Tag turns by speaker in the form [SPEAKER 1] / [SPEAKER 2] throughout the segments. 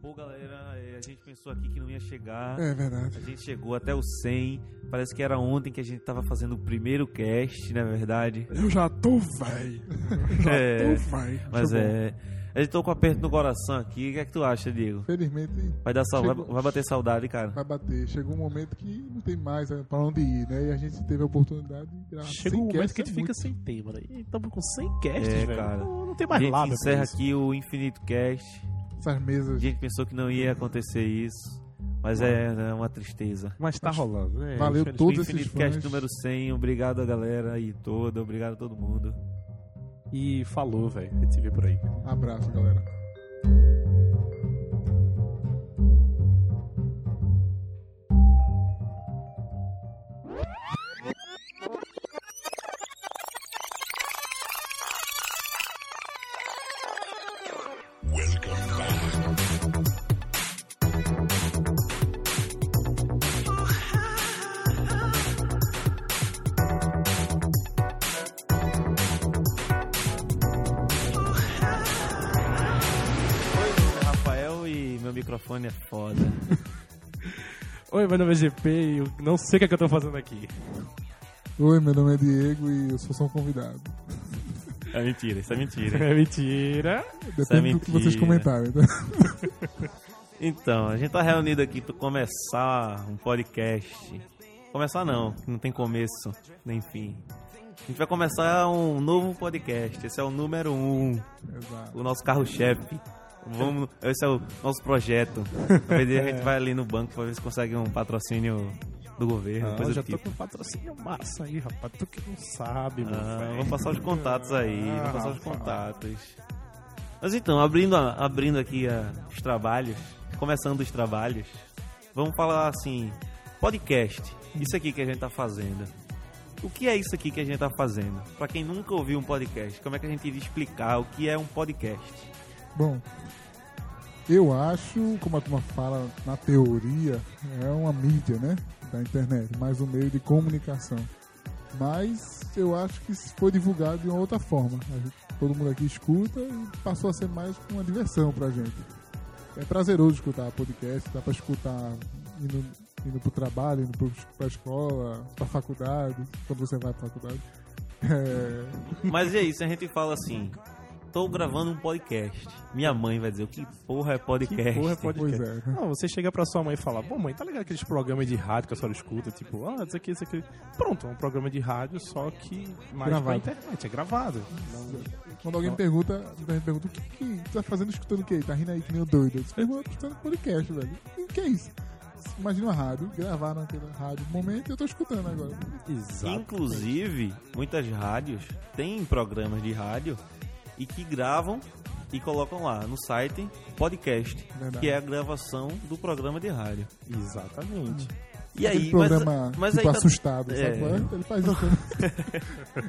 [SPEAKER 1] Pô, galera, é, a gente pensou aqui que não ia chegar.
[SPEAKER 2] É verdade.
[SPEAKER 1] A gente chegou até o 100. Parece que era ontem que a gente tava fazendo o primeiro cast, na verdade.
[SPEAKER 2] Eu já tô velho. Já
[SPEAKER 1] É,
[SPEAKER 2] tô velho.
[SPEAKER 1] Mas
[SPEAKER 2] Chegou.
[SPEAKER 1] é. A gente tô com um aperto no coração aqui. O que é que tu acha, Diego?
[SPEAKER 2] Felizmente
[SPEAKER 1] Vai dar sal... vai,
[SPEAKER 2] Chegou.
[SPEAKER 1] vai bater saudade, cara.
[SPEAKER 2] vai bater. Chegou um momento que não tem mais né, pra onde ir, né? E a gente teve a oportunidade de gravar.
[SPEAKER 3] Chega um
[SPEAKER 2] sem
[SPEAKER 3] momento
[SPEAKER 2] cast,
[SPEAKER 3] que a gente
[SPEAKER 2] é
[SPEAKER 3] fica sem tema, né? E estamos com 100 casts,
[SPEAKER 1] É,
[SPEAKER 3] velho.
[SPEAKER 1] cara.
[SPEAKER 3] Não, não tem
[SPEAKER 1] A
[SPEAKER 3] mais
[SPEAKER 1] gente
[SPEAKER 3] lábia pra
[SPEAKER 1] encerra
[SPEAKER 3] isso.
[SPEAKER 1] aqui o Infinito Cast.
[SPEAKER 2] muito. Essas mesas.
[SPEAKER 1] A gente pensou que não ia acontecer isso. Mas é né, uma tristeza.
[SPEAKER 4] Mas tá rolando, né?
[SPEAKER 2] Valeu
[SPEAKER 4] Infelizmente.
[SPEAKER 2] todos
[SPEAKER 1] o
[SPEAKER 2] esses
[SPEAKER 1] Infinito
[SPEAKER 2] fãs.
[SPEAKER 1] Cast número 100. Obrigado a galera aí toda. Obrigado a todo mundo.
[SPEAKER 4] E falou, velho. A gente se vê por aí.
[SPEAKER 2] Abraço, galera.
[SPEAKER 1] Oi, meu nome é Rafael e meu microfone é foda.
[SPEAKER 4] Oi, meu nome é GP e eu não sei o que, é que eu tô fazendo aqui.
[SPEAKER 2] Oi, meu nome é Diego e eu sou só um convidado.
[SPEAKER 1] É mentira, isso é mentira.
[SPEAKER 4] É mentira.
[SPEAKER 2] Depende do que
[SPEAKER 1] mentira.
[SPEAKER 2] vocês comentarem. Tá?
[SPEAKER 1] Então, a gente tá reunido aqui pra começar um podcast. Começar não, que não tem começo, nem fim. A gente vai começar um novo podcast. Esse é o número um,
[SPEAKER 2] Exato.
[SPEAKER 1] o nosso carro-chefe. Vamos, esse é o nosso projeto. Talvez a
[SPEAKER 4] É.
[SPEAKER 1] gente vai ali no banco pra ver se consegue um patrocínio do governo,
[SPEAKER 4] Não,
[SPEAKER 1] coisa
[SPEAKER 4] Ah, já
[SPEAKER 1] do
[SPEAKER 4] tô
[SPEAKER 1] tipo.
[SPEAKER 4] com um patrocínio massa aí, rapaz. Tu que não sabe, meu
[SPEAKER 1] Ah,
[SPEAKER 4] velho.
[SPEAKER 1] vamos passar os contatos aí,
[SPEAKER 4] Ah,
[SPEAKER 1] vamos passar os
[SPEAKER 4] rapaz.
[SPEAKER 1] contatos. Mas então, abrindo, a- abrindo aqui a- os trabalhos, começando os trabalhos, vamos falar assim, podcast, isso aqui que a gente tá fazendo. O que é isso aqui que a gente tá fazendo? Pra quem nunca ouviu um podcast, como é que a gente iria explicar o que é um podcast?
[SPEAKER 2] Bom, eu acho, como a turma fala na teoria, é uma mídia, né? Da internet, mais um meio de comunicação. Mas eu acho que isso foi divulgado de uma outra forma. A gente- todo mundo aqui escuta e passou a ser mais uma diversão pra gente. É prazeroso escutar podcast, dá pra escutar indo, indo pro trabalho, indo pro, pra escola, pra faculdade, quando você vai pra faculdade. É,
[SPEAKER 1] Mas e aí, se a gente fala assim, tô gravando um podcast, minha mãe vai dizer, o que porra é podcast?
[SPEAKER 4] Porra, pode
[SPEAKER 2] pois é. né?
[SPEAKER 4] Não, você chega pra sua mãe e fala, pô mãe, tá ligado aqueles programas de rádio que a senhora escuta? Tipo, ah, isso aqui, isso aqui. Pronto, é um programa de rádio, só que mais
[SPEAKER 2] Gravado.
[SPEAKER 4] pra internet, é gravado.
[SPEAKER 2] Quando alguém me pergunta, quando a gente pergunta o que, que tu tá fazendo escutando o quê? Tá rindo aí que nem um doido. Eu disse, "Meu irmão, eu tô escutando podcast, velho. E O que é isso? Imagina uma rádio, gravaram aquela rádio no momento e eu tô escutando agora.
[SPEAKER 4] Exato.
[SPEAKER 1] Inclusive, muitas rádios têm programas de rádio e que gravam e colocam lá no site podcast,
[SPEAKER 2] Verdade.
[SPEAKER 1] que é a gravação do programa de rádio.
[SPEAKER 4] Exatamente.
[SPEAKER 1] É, E
[SPEAKER 2] Aquele
[SPEAKER 1] aí, mas-
[SPEAKER 2] programa
[SPEAKER 1] mas,
[SPEAKER 2] tipo
[SPEAKER 1] aí tá-
[SPEAKER 2] assustado,
[SPEAKER 1] É.
[SPEAKER 2] sabe? qual é? Ele faz isso. né?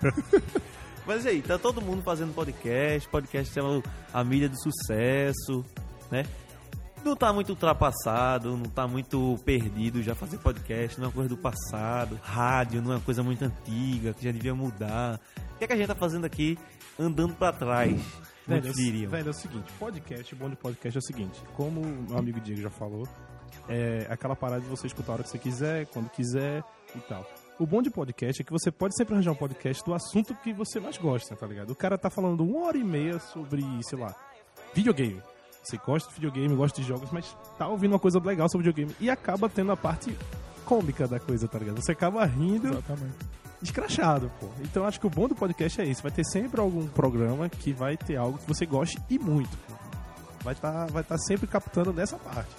[SPEAKER 1] Mas aí, tá todo mundo fazendo podcast, podcast é o- a mídia do sucesso, né? Não tá muito ultrapassado, não tá muito perdido já fazer podcast, não é uma coisa do passado. Rádio não é uma coisa muito antiga, que já devia mudar. O que, é que a gente tá fazendo aqui andando pra trás?
[SPEAKER 4] Velho, é
[SPEAKER 1] Muitos
[SPEAKER 4] o-
[SPEAKER 1] diriam.
[SPEAKER 4] velho, é o seguinte, podcast, o bom de podcast é o seguinte, como o meu amigo Diego já falou, é aquela parada de você escutar a hora que você quiser, quando quiser e tal. O bom de podcast é que você pode sempre arranjar um podcast do assunto que você mais gosta, tá ligado? O cara tá falando uma hora e meia sobre, sei lá, videogame. Você gosta de videogame, gosta de jogos, mas tá ouvindo uma coisa legal sobre videogame e acaba tendo a parte cômica da coisa, tá ligado? Você acaba rindo
[SPEAKER 2] Exatamente.
[SPEAKER 4] escrachado, pô. Então acho que o bom do podcast é isso. Vai ter sempre algum programa que vai ter algo que você goste e muito. pô. Vai estar vai tá sempre captando nessa parte.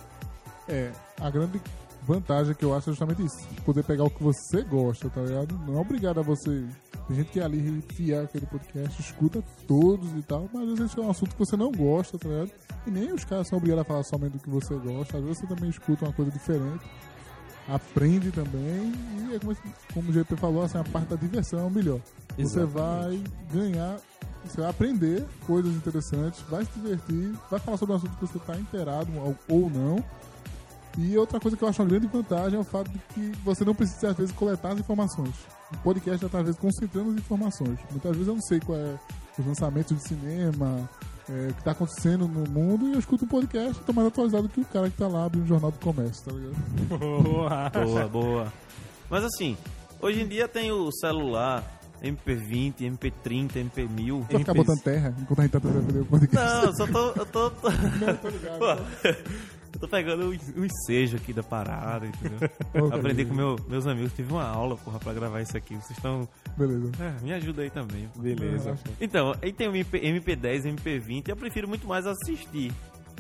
[SPEAKER 2] É, a grande vantagem que eu acho é justamente isso. Poder pegar o que você gosta, tá ligado? Não é obrigado a você. Tem gente que é ali fiar aquele podcast, escuta todos e tal, mas às vezes é um assunto que você não gosta, tá ligado? E nem os caras são obrigados a falar somente do que você gosta. Às vezes você também escuta uma coisa diferente, aprende também, e é como, esse- como o GP falou, assim, a parte da diversão é o melhor. Você vai ganhar, você vai aprender coisas interessantes, vai se divertir, vai falar sobre um assunto que você está inteirado ou- ou não. E outra coisa que eu acho uma grande vantagem é o fato de que você não precisa, às vezes, coletar as informações. O tá, podcast já está, às vezes, concentrando as informações. Muitas vezes eu não sei qual é os lançamentos de cinema, é, o que tá acontecendo no mundo e eu escuto um podcast, tô mais atualizado que o cara que tá lá abrindo um jornal do comércio, tá ligado?
[SPEAKER 4] Boa.
[SPEAKER 1] Boa, boa. Mas assim, hoje em dia tem o celular MP20, MP30, MP1000.
[SPEAKER 2] Vai ficar
[SPEAKER 4] Enfim.
[SPEAKER 2] botando terra enquanto a gente tá tentando fazer o podcast.
[SPEAKER 1] Não, eu só tô. Eu tô, tô-
[SPEAKER 2] Tá ligado?
[SPEAKER 1] pô, eu tô pegando o en- o ensejo aqui da parada, entendeu?
[SPEAKER 2] Pô,
[SPEAKER 1] Aprendi
[SPEAKER 2] beleza.
[SPEAKER 1] com meu- meus amigos, tive uma aula, porra, pra gravar isso aqui. Vocês estão.
[SPEAKER 2] Beleza.
[SPEAKER 1] Ah, me ajuda aí também. pô.
[SPEAKER 4] Beleza.
[SPEAKER 2] Relaxa.
[SPEAKER 1] Então, aí tem o MP, MP10, MP20. Eu prefiro muito mais assistir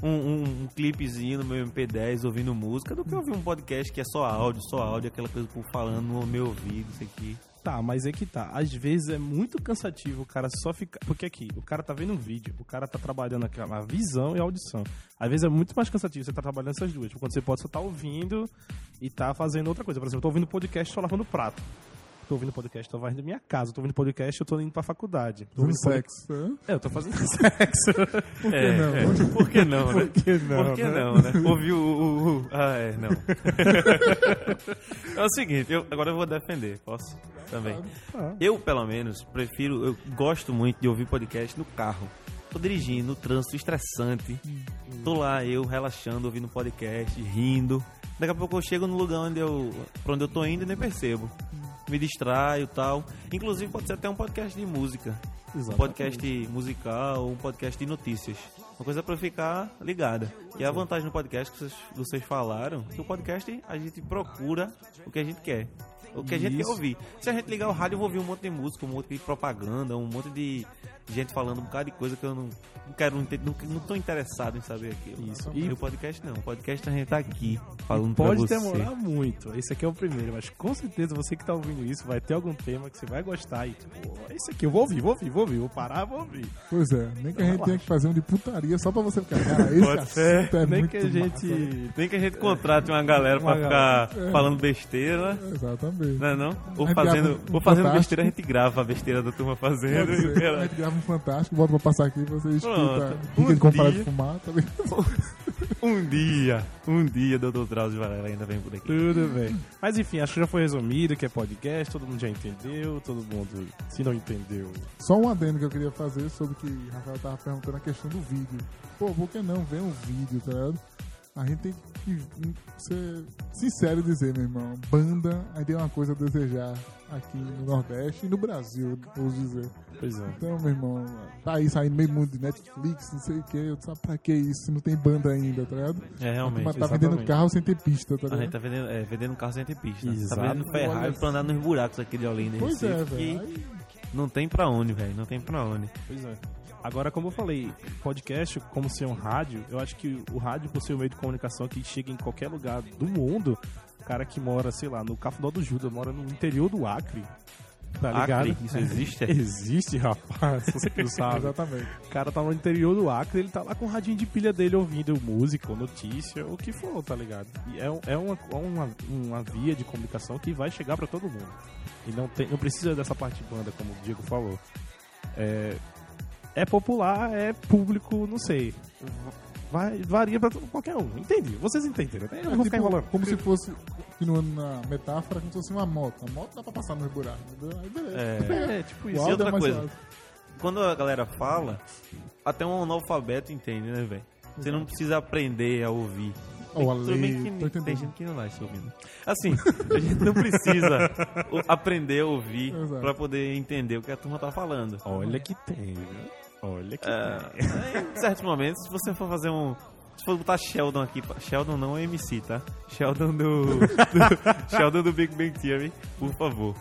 [SPEAKER 1] um, um, um clipezinho no meu MP10 ouvindo música do que ouvir um podcast que é só áudio, só áudio, aquela coisa por falando no meu ouvido, isso aqui.
[SPEAKER 4] Tá, mas é que tá. Às vezes é muito cansativo o cara só ficar. Porque aqui, o cara tá vendo um vídeo, o cara tá trabalhando aquela a visão e a audição. Às vezes é muito mais cansativo você tá trabalhando essas duas. Tipo, quando você pode só tá ouvindo e tá fazendo outra coisa. Por exemplo, eu tô ouvindo podcast só lavando prato. Tô ouvindo podcast, tô varrendo minha casa. Tô ouvindo podcast, eu tô indo pra faculdade. Tô ouvindo
[SPEAKER 2] Fazendo sexo. Hã?
[SPEAKER 4] pod- É, eu tô fazendo sexo.
[SPEAKER 1] Por que não? É, por que não, né?
[SPEAKER 4] que não,
[SPEAKER 1] Por que
[SPEAKER 4] né?
[SPEAKER 1] não, né? Ouvi o, o- o- Ah, é, não. é o seguinte, eu, agora eu vou defender, posso? Também. Eu, pelo menos, prefiro, eu gosto muito de ouvir podcast no carro. Tô dirigindo, no trânsito estressante.
[SPEAKER 4] Hum.
[SPEAKER 1] Tô lá, eu, relaxando, ouvindo podcast, rindo. Daqui a pouco eu chego no lugar onde eu, pra onde eu tô indo e nem percebo.
[SPEAKER 4] Hum.
[SPEAKER 1] Me distraio e tal. Inclusive, pode ser até um podcast de música. Um
[SPEAKER 4] Exatamente.
[SPEAKER 1] podcast musical, um podcast de notícias. Uma coisa pra ficar ligada. E a vantagem do podcast é que vocês, vocês falaram, que o podcast a gente procura o que a gente quer. O que a gente quer
[SPEAKER 4] Isso.
[SPEAKER 1] ouvir. Se a gente ligar o rádio, eu vou ouvir um monte de música, um monte de propaganda, um monte de gente falando um bocado de coisa que eu não, não quero, não, inte- não, não tô interessado em saber aquilo.
[SPEAKER 4] Isso.
[SPEAKER 1] E o podcast não. O podcast a gente tá aqui falando pra
[SPEAKER 4] Pode
[SPEAKER 1] você.
[SPEAKER 4] demorar muito. Esse aqui é o primeiro, mas com certeza você que tá ouvindo isso vai ter algum tema que você vai gostar e, pô, esse aqui eu vou ouvir, vou ouvir, vou ouvir, vou parar, vou ouvir.
[SPEAKER 2] Pois é, nem que a
[SPEAKER 4] Não,
[SPEAKER 2] gente tenha que fazer um de putaria só pra você ficar. Cara,
[SPEAKER 1] Pode
[SPEAKER 2] esse
[SPEAKER 1] ser.
[SPEAKER 2] assunto é
[SPEAKER 4] Nem
[SPEAKER 2] muito
[SPEAKER 4] que a gente.
[SPEAKER 2] massa.
[SPEAKER 1] Tem que a gente contrate uma galera pra
[SPEAKER 4] Uma É.
[SPEAKER 1] ficar falando besteira.
[SPEAKER 2] Exatamente.
[SPEAKER 1] Não é não? Ou
[SPEAKER 2] A gente
[SPEAKER 1] fazendo,
[SPEAKER 2] grava um
[SPEAKER 1] ou fazendo
[SPEAKER 2] Fantástico.
[SPEAKER 1] besteira, a gente grava a besteira da turma fazendo.
[SPEAKER 2] Pode
[SPEAKER 1] E,
[SPEAKER 2] ser. A
[SPEAKER 1] pera,
[SPEAKER 2] gente grava um fantástico, volta pra passar aqui, você escuta
[SPEAKER 1] Pronto.
[SPEAKER 2] o que
[SPEAKER 1] Um
[SPEAKER 2] ele comprar
[SPEAKER 1] dia.
[SPEAKER 2] de fumar, tá ligado?
[SPEAKER 1] um dia, um dia, Doutor Drauzio Varela ainda vem por aqui.
[SPEAKER 4] Tudo bem. Mas enfim, acho que já foi resumido que é podcast, todo mundo já entendeu, todo mundo, se não entendeu.
[SPEAKER 2] Só um adendo que eu queria fazer sobre o que o Rafael tava perguntando a questão do vídeo. Pô, por que não ver um vídeo, tá ligado? A gente tem que ser sincero e dizer, meu irmão, banda ainda é uma coisa a desejar aqui no Nordeste e no Brasil, vamos dizer.
[SPEAKER 4] Pois é.
[SPEAKER 2] Então, meu irmão, tá aí saindo meio mundo de Netflix, não sei o que, eu disse, ah, pra que isso? se Não tem banda ainda, tá ligado?
[SPEAKER 1] É,
[SPEAKER 2] Mas
[SPEAKER 1] realmente.
[SPEAKER 2] tá vendendo
[SPEAKER 4] exatamente.
[SPEAKER 2] carro sem ter pista, tá
[SPEAKER 1] A gente
[SPEAKER 2] ligado?
[SPEAKER 1] tá vendendo, é, vendendo carro sem ter pista.
[SPEAKER 4] Exato.
[SPEAKER 1] Tá vendendo Ferrari
[SPEAKER 2] Olha
[SPEAKER 1] pra andar nos buracos aqui de Olinda. em
[SPEAKER 2] Pois é,
[SPEAKER 1] Recife, que
[SPEAKER 2] velho. Aí-
[SPEAKER 1] Não tem pra onde, velho. Não tem pra onde.
[SPEAKER 4] Pois é. Agora, como eu falei, podcast, como ser um rádio, eu acho que o rádio, por ser um meio de comunicação que chega em qualquer lugar do mundo, o cara que mora, sei lá, no Cafundó do Judas, mora no interior do Acre, tá ligado?
[SPEAKER 1] Acre, isso existe?
[SPEAKER 4] Existe, rapaz, se você não sabe.
[SPEAKER 2] Exatamente.
[SPEAKER 4] O cara tá no interior do Acre, ele tá lá com o radinho de pilha dele ouvindo música, ou notícia, ou o que for, tá ligado? E é, um- é uma, é uma, uma via de comunicação que vai chegar pra todo mundo. E não, tem, não precisa dessa parte banda, como o Diego falou. É, é popular, é público, não sei. Vai, varia pra todo- qualquer um, entende? Vocês entenderam, né? Eu não vou ficar
[SPEAKER 2] tipo,
[SPEAKER 4] enrolando.
[SPEAKER 2] Como se fosse, continuando na metáfora, como se fosse uma moto. A moto dá pra passar nos buracos. entendeu? Aí beleza.
[SPEAKER 1] É.
[SPEAKER 4] É, tipo
[SPEAKER 2] O
[SPEAKER 4] isso.
[SPEAKER 2] áudio
[SPEAKER 1] outra
[SPEAKER 2] é mais
[SPEAKER 1] coisa.
[SPEAKER 2] alto.
[SPEAKER 1] Quando a galera fala, até um analfabeto entende, né, velho? Você não precisa aprender a ouvir.
[SPEAKER 2] Ou a
[SPEAKER 1] Tudo bem
[SPEAKER 2] lei, tô
[SPEAKER 1] que tem gente
[SPEAKER 2] entendendo.
[SPEAKER 1] que não nasce ouvindo. Assim, a gente não precisa o- aprender a ouvir
[SPEAKER 2] Exato.
[SPEAKER 1] pra poder entender o que a turma tá falando.
[SPEAKER 4] Olha que tem, viu? Olha que tem.
[SPEAKER 1] É, em certos momentos, se você for fazer um. Se for botar Sheldon aqui, pa- Sheldon não é MC, tá? Sheldon do. do- Sheldon do Big Bang Theory, por favor.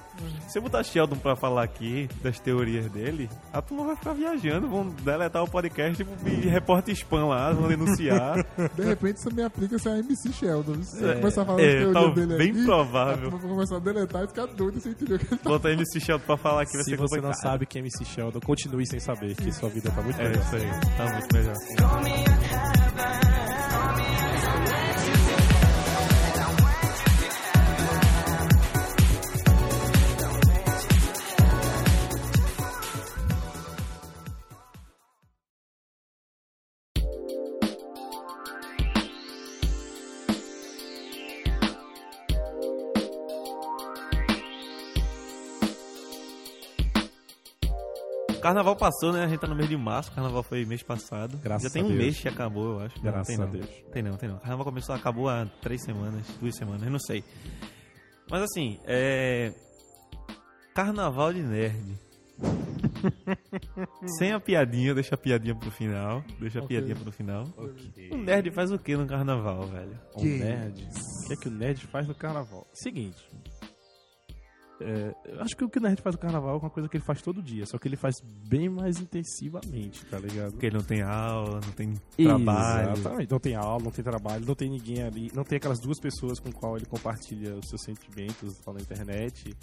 [SPEAKER 1] Se eu botar Sheldon pra falar aqui das teorias dele, a turma vai ficar viajando, vão deletar o podcast e repórter spam lá, vão denunciar.
[SPEAKER 2] De repente isso me aplica se é a MC Sheldon. viu? Se você
[SPEAKER 1] É,
[SPEAKER 2] começar a falar
[SPEAKER 1] é,
[SPEAKER 2] das teorias
[SPEAKER 1] tal-
[SPEAKER 2] dele
[SPEAKER 1] bem
[SPEAKER 2] aqui,
[SPEAKER 1] provável.
[SPEAKER 2] a turma vai começar a deletar e ficar doido sem entender o que ele tá
[SPEAKER 1] Bota MC Sheldon pra falar aqui, vai
[SPEAKER 4] Se
[SPEAKER 1] ser
[SPEAKER 4] você não
[SPEAKER 1] complicado.
[SPEAKER 4] sabe quem é MC Sheldon, continue sem saber, que sua vida tá muito
[SPEAKER 1] É
[SPEAKER 4] melhor.
[SPEAKER 1] isso aí, tá muito melhor. O carnaval passou, né? A gente tá no mês de março, o carnaval foi mês passado.
[SPEAKER 4] Graças
[SPEAKER 1] Já tem
[SPEAKER 4] a
[SPEAKER 1] um
[SPEAKER 4] Deus.
[SPEAKER 1] mês que acabou, eu acho. né? Não,
[SPEAKER 4] Graças
[SPEAKER 1] tem
[SPEAKER 4] a
[SPEAKER 1] não.
[SPEAKER 4] Deus.
[SPEAKER 1] Tem não, tem não. O carnaval começou, acabou há três semanas, duas semanas, eu não sei. Mas assim, é. Carnaval de nerd. Sem a piadinha, deixa a piadinha pro final. Deixa a
[SPEAKER 2] Ok.
[SPEAKER 1] piadinha pro final. O nerd faz o que no carnaval, velho?
[SPEAKER 4] O nerd. Um O que é que o nerd faz no carnaval? Seguinte. É, eu acho que o que o nerd faz no carnaval é uma coisa que ele faz todo dia, só que ele faz bem mais intensivamente, tá ligado?
[SPEAKER 1] Porque ele não tem aula, não tem trabalho.
[SPEAKER 4] Exatamente. Não tem aula, não tem trabalho, não tem ninguém ali, não tem aquelas duas pessoas com qual ele compartilha os seus sentimentos lá na internet.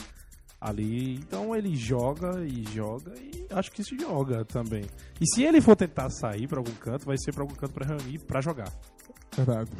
[SPEAKER 4] Ali, então ele joga e joga e acho que se joga também. E se ele for tentar sair pra algum canto, vai ser pra algum canto pra reunir pra jogar.
[SPEAKER 2] Verdade.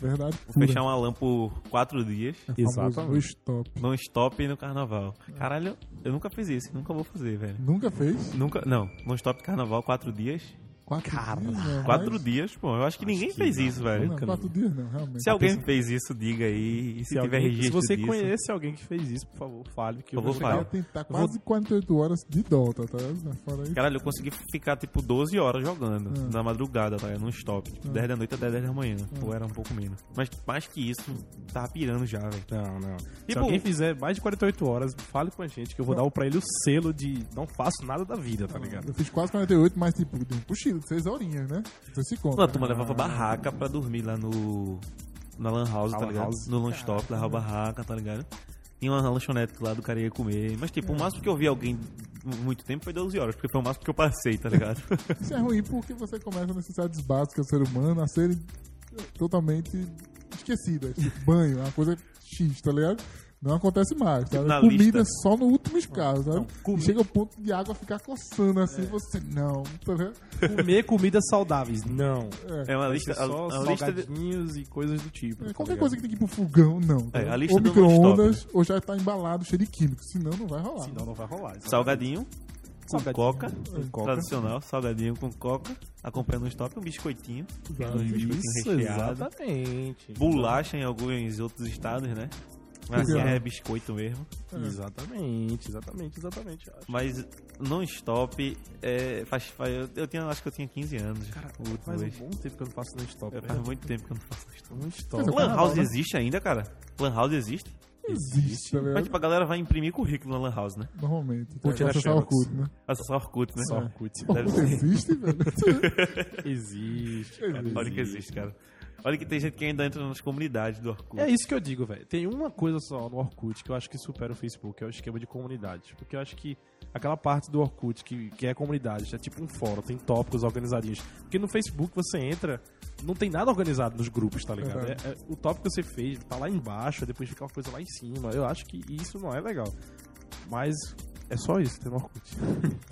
[SPEAKER 2] Verdade. pura.
[SPEAKER 1] É. Fechar um uma lã por quatro dias.
[SPEAKER 2] É famoso
[SPEAKER 4] Exatamente.
[SPEAKER 2] No stop.
[SPEAKER 1] Não stop no carnaval. Caralho, eu nunca fiz isso, nunca vou fazer, velho.
[SPEAKER 2] Nunca fez?
[SPEAKER 1] Nunca, não, não stop carnaval quatro dias.
[SPEAKER 2] Quatro dias. não,
[SPEAKER 1] Quatro
[SPEAKER 2] mas-
[SPEAKER 1] dias, pô. Eu acho que ninguém
[SPEAKER 4] que
[SPEAKER 1] fez
[SPEAKER 4] não.
[SPEAKER 1] isso, velho.
[SPEAKER 2] Não, quatro dias não, realmente.
[SPEAKER 1] Se alguém fez isso, diga aí. E se, tiver
[SPEAKER 4] alguém- se
[SPEAKER 1] registro
[SPEAKER 4] você
[SPEAKER 1] disso,
[SPEAKER 4] conhece alguém que fez isso, por favor, fale que eu,
[SPEAKER 1] Eu vou
[SPEAKER 2] Eu
[SPEAKER 1] falar.
[SPEAKER 2] ia tentar quase 48 horas de Dota, tá ligado? Fora isso.
[SPEAKER 1] Caralho, eu consegui ficar tipo 12 horas jogando
[SPEAKER 2] Hum.
[SPEAKER 4] Ah.
[SPEAKER 1] na madrugada, tá? Não stop. Tipo, 10 da noite até 10 da manhã.
[SPEAKER 4] Ah.
[SPEAKER 1] Ou era um pouco menos. Mas mais que isso, tava pirando já, velho.
[SPEAKER 4] Não, não. Se
[SPEAKER 1] Tipo-
[SPEAKER 4] alguém fizer mais de 48 horas, fale com a gente que eu vou dar pra ele o selo de não faço nada da vida, tá ligado?
[SPEAKER 2] Eu fiz quase 48, mas tipo, de um cochilo de 6 horinhas, né? Você se
[SPEAKER 1] Mano,
[SPEAKER 2] conta.
[SPEAKER 1] a turma levava barraca pra dormir lá no. Na Lan House,
[SPEAKER 4] Na
[SPEAKER 1] tá
[SPEAKER 4] lan
[SPEAKER 1] ligado?
[SPEAKER 4] house.
[SPEAKER 1] No Lan Stop, levava barraca, tá ligado? Tinha uma lanchonete lá do cara ia comer. Mas,
[SPEAKER 4] É.
[SPEAKER 1] tipo, o máximo que eu vi alguém muito tempo foi 12 horas, porque foi o máximo que eu passei, tá ligado?
[SPEAKER 2] Isso é ruim porque você começa as necessidades básicas do é ser humano a serem totalmente esquecidas. Tipo, banho, é uma coisa X, tá ligado? Não acontece mais, tá?
[SPEAKER 1] Na
[SPEAKER 2] Comida
[SPEAKER 1] lista.
[SPEAKER 2] só no último escaso, sabe?
[SPEAKER 4] Não, comi-
[SPEAKER 2] E Chega o ponto de água ficar coçando
[SPEAKER 1] É.
[SPEAKER 2] assim, você não, tá ligado?
[SPEAKER 4] Comer comidas saudáveis. Não.
[SPEAKER 1] É uma
[SPEAKER 4] Vai
[SPEAKER 1] lista.
[SPEAKER 4] ser
[SPEAKER 1] A,
[SPEAKER 4] só
[SPEAKER 1] a lista de-
[SPEAKER 4] salgadinhos e coisas do tipo.
[SPEAKER 2] É,
[SPEAKER 4] tá
[SPEAKER 2] Qualquer
[SPEAKER 4] ligado?
[SPEAKER 2] coisa que tem que ir pro fogão, não.
[SPEAKER 1] É,
[SPEAKER 2] tá ligado?
[SPEAKER 1] a lista
[SPEAKER 2] ou
[SPEAKER 1] do né?
[SPEAKER 2] micro-ondas, ou já tá embalado, cheio de químicos, senão não vai rolar.
[SPEAKER 4] Senão não vai rolar.
[SPEAKER 1] salgadinho,
[SPEAKER 4] Salgadinho.
[SPEAKER 1] coca,
[SPEAKER 4] Com
[SPEAKER 2] É.
[SPEAKER 4] coca. tipo
[SPEAKER 1] tradicional, salgadinho com coca, acompanhando um stop, um biscoitinho,
[SPEAKER 2] Já,
[SPEAKER 1] um
[SPEAKER 4] Isso,
[SPEAKER 1] biscoitinho recheado,
[SPEAKER 4] assim, exatamente.
[SPEAKER 1] bolacha em alguns outros estados, né? Mas assim, é biscoito mesmo.
[SPEAKER 2] É.
[SPEAKER 4] Exatamente, exatamente, exatamente. eu acho.
[SPEAKER 1] Mas não stop, é, faz, faz- eu, eu tinha, acho que eu tinha 15 anos. o último
[SPEAKER 4] Faz um
[SPEAKER 1] vez.
[SPEAKER 4] bom tempo que eu não faço no stop.
[SPEAKER 1] É,
[SPEAKER 4] né?
[SPEAKER 1] faz muito tempo que eu não faço isso.
[SPEAKER 4] Um stop.
[SPEAKER 1] Lan House existe ainda, cara? Lan House existe?
[SPEAKER 2] Existe, tá
[SPEAKER 4] É.
[SPEAKER 1] Mas
[SPEAKER 2] ligado?
[SPEAKER 1] tipo, a galera vai imprimir currículo na Lan House, né?
[SPEAKER 2] Normalmente.
[SPEAKER 4] Vou
[SPEAKER 2] Tá,
[SPEAKER 4] tirar
[SPEAKER 2] acessar o
[SPEAKER 4] xerox.
[SPEAKER 2] Orkut, né?
[SPEAKER 1] Acessar Orkut, né?
[SPEAKER 4] Só Orkut.
[SPEAKER 1] Deve
[SPEAKER 2] Orkut
[SPEAKER 1] ser.
[SPEAKER 2] existe, velho?
[SPEAKER 4] Existe. cara,
[SPEAKER 1] Olha que existe, cara. Olha que tem gente que ainda entra nas comunidades do Orkut.
[SPEAKER 4] É isso que eu digo, velho. Tem uma coisa só no Orkut que eu acho que supera o Facebook, é o esquema de comunidade. Porque eu acho que aquela parte do Orkut que, que é comunidade, é tipo um fórum, tem tópicos organizadinhos. Porque no Facebook você entra, não tem nada organizado nos grupos, tá ligado?
[SPEAKER 2] Verdade.
[SPEAKER 4] É- é- o tópico que você fez tá lá embaixo, depois fica uma coisa lá em cima. Eu acho que isso não é legal. Mas é só isso, tem no Orkut.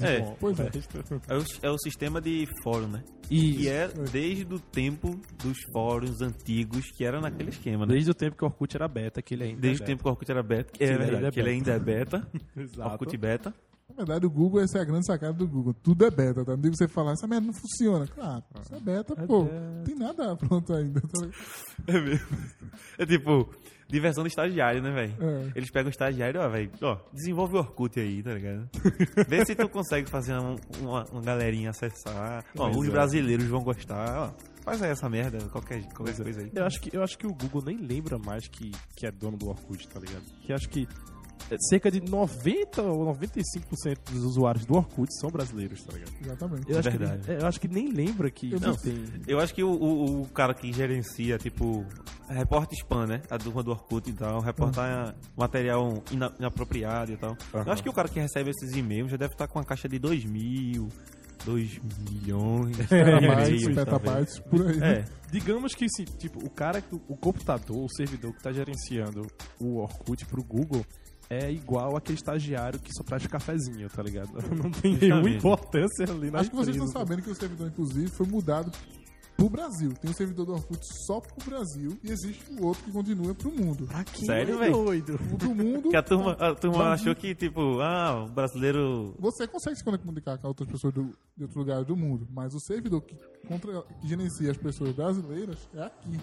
[SPEAKER 1] É.
[SPEAKER 4] Bom,
[SPEAKER 2] Pois é.
[SPEAKER 4] o resto-
[SPEAKER 1] É o, é o sistema de fórum, né?
[SPEAKER 4] E
[SPEAKER 1] Que é desde o tempo dos fóruns antigos, que era naquele esquema, né?
[SPEAKER 4] desde o tempo que o Orkut era beta, que ele ainda
[SPEAKER 1] Desde
[SPEAKER 4] é
[SPEAKER 1] o
[SPEAKER 4] beta.
[SPEAKER 1] tempo que o Orkut era beta. que
[SPEAKER 4] ele
[SPEAKER 1] É
[SPEAKER 4] ainda
[SPEAKER 1] verdade,
[SPEAKER 4] é
[SPEAKER 1] que ele ainda é beta.
[SPEAKER 4] Exato.
[SPEAKER 1] Orkut beta.
[SPEAKER 2] Na verdade, o Google, essa é a grande sacada do Google. Tudo é beta, tá? Não digo você falar, essa merda não funciona. Claro,
[SPEAKER 1] Ah.
[SPEAKER 2] isso é beta, pô. Não tem nada pronto ainda. tá ligado?
[SPEAKER 1] É mesmo. É tipo, diversão do estagiário, né, velho?
[SPEAKER 2] É.
[SPEAKER 1] Eles pegam o estagiário, ó, velho, ó, desenvolve o Orkut aí, tá ligado? Vê se tu consegue fazer uma, uma- uma galerinha acessar. Ó,
[SPEAKER 4] Pois
[SPEAKER 1] os
[SPEAKER 4] é.
[SPEAKER 1] brasileiros vão gostar, ó. Faz aí essa merda, qualquer, qualquer coisa aí.
[SPEAKER 4] Eu acho que, eu acho que o Google nem lembra mais que, que é dono do Orkut, tá ligado? Que acho que é, cerca de 90 ou 95% dos usuários do Orkut são brasileiros, tá ligado?
[SPEAKER 2] Exatamente.
[SPEAKER 4] Eu acho,
[SPEAKER 1] Verdade.
[SPEAKER 4] Que, ele- eu acho que nem lembra que,
[SPEAKER 2] É Eu
[SPEAKER 4] que
[SPEAKER 2] não-
[SPEAKER 4] tem.
[SPEAKER 1] Eu acho que o, o- o cara que gerencia, tipo, a repórter spam, né? A turma do Orkut e tal, reportar material ina- inapropriado e tal. Eu
[SPEAKER 4] Hum. Aham.
[SPEAKER 1] acho que o cara que recebe esses e-mails já deve estar com uma caixa de 2 mil, 2 milhões,
[SPEAKER 4] É,
[SPEAKER 2] Petabytes,
[SPEAKER 1] e-mails, talvez.
[SPEAKER 2] petabytes, por aí.
[SPEAKER 1] tá É,
[SPEAKER 4] Digamos que se, tipo, o cara, que- o computador, o servidor que tá gerenciando o Orkut pro Google é igual aquele estagiário que só traz cafezinho, tá ligado? Não tem nenhuma
[SPEAKER 1] Justamente.
[SPEAKER 4] importância ali na
[SPEAKER 2] Acho que vocês
[SPEAKER 4] empresa.
[SPEAKER 2] estão sabendo que o servidor, inclusive, foi mudado pro Brasil. Tem um servidor do Orkut só pro Brasil e existe o outro que continua pro mundo.
[SPEAKER 4] Pra quem
[SPEAKER 1] Sério,
[SPEAKER 4] é
[SPEAKER 1] véi?
[SPEAKER 4] doido?
[SPEAKER 2] O do mundo...
[SPEAKER 1] que a turma, a turma
[SPEAKER 2] Vamos-
[SPEAKER 1] achou que, tipo, ah, o brasileiro...
[SPEAKER 2] Você consegue se comunicar com outras pessoas do- de outros lugares do mundo, mas o servidor que, contra, que gerencia as pessoas brasileiras é aqui.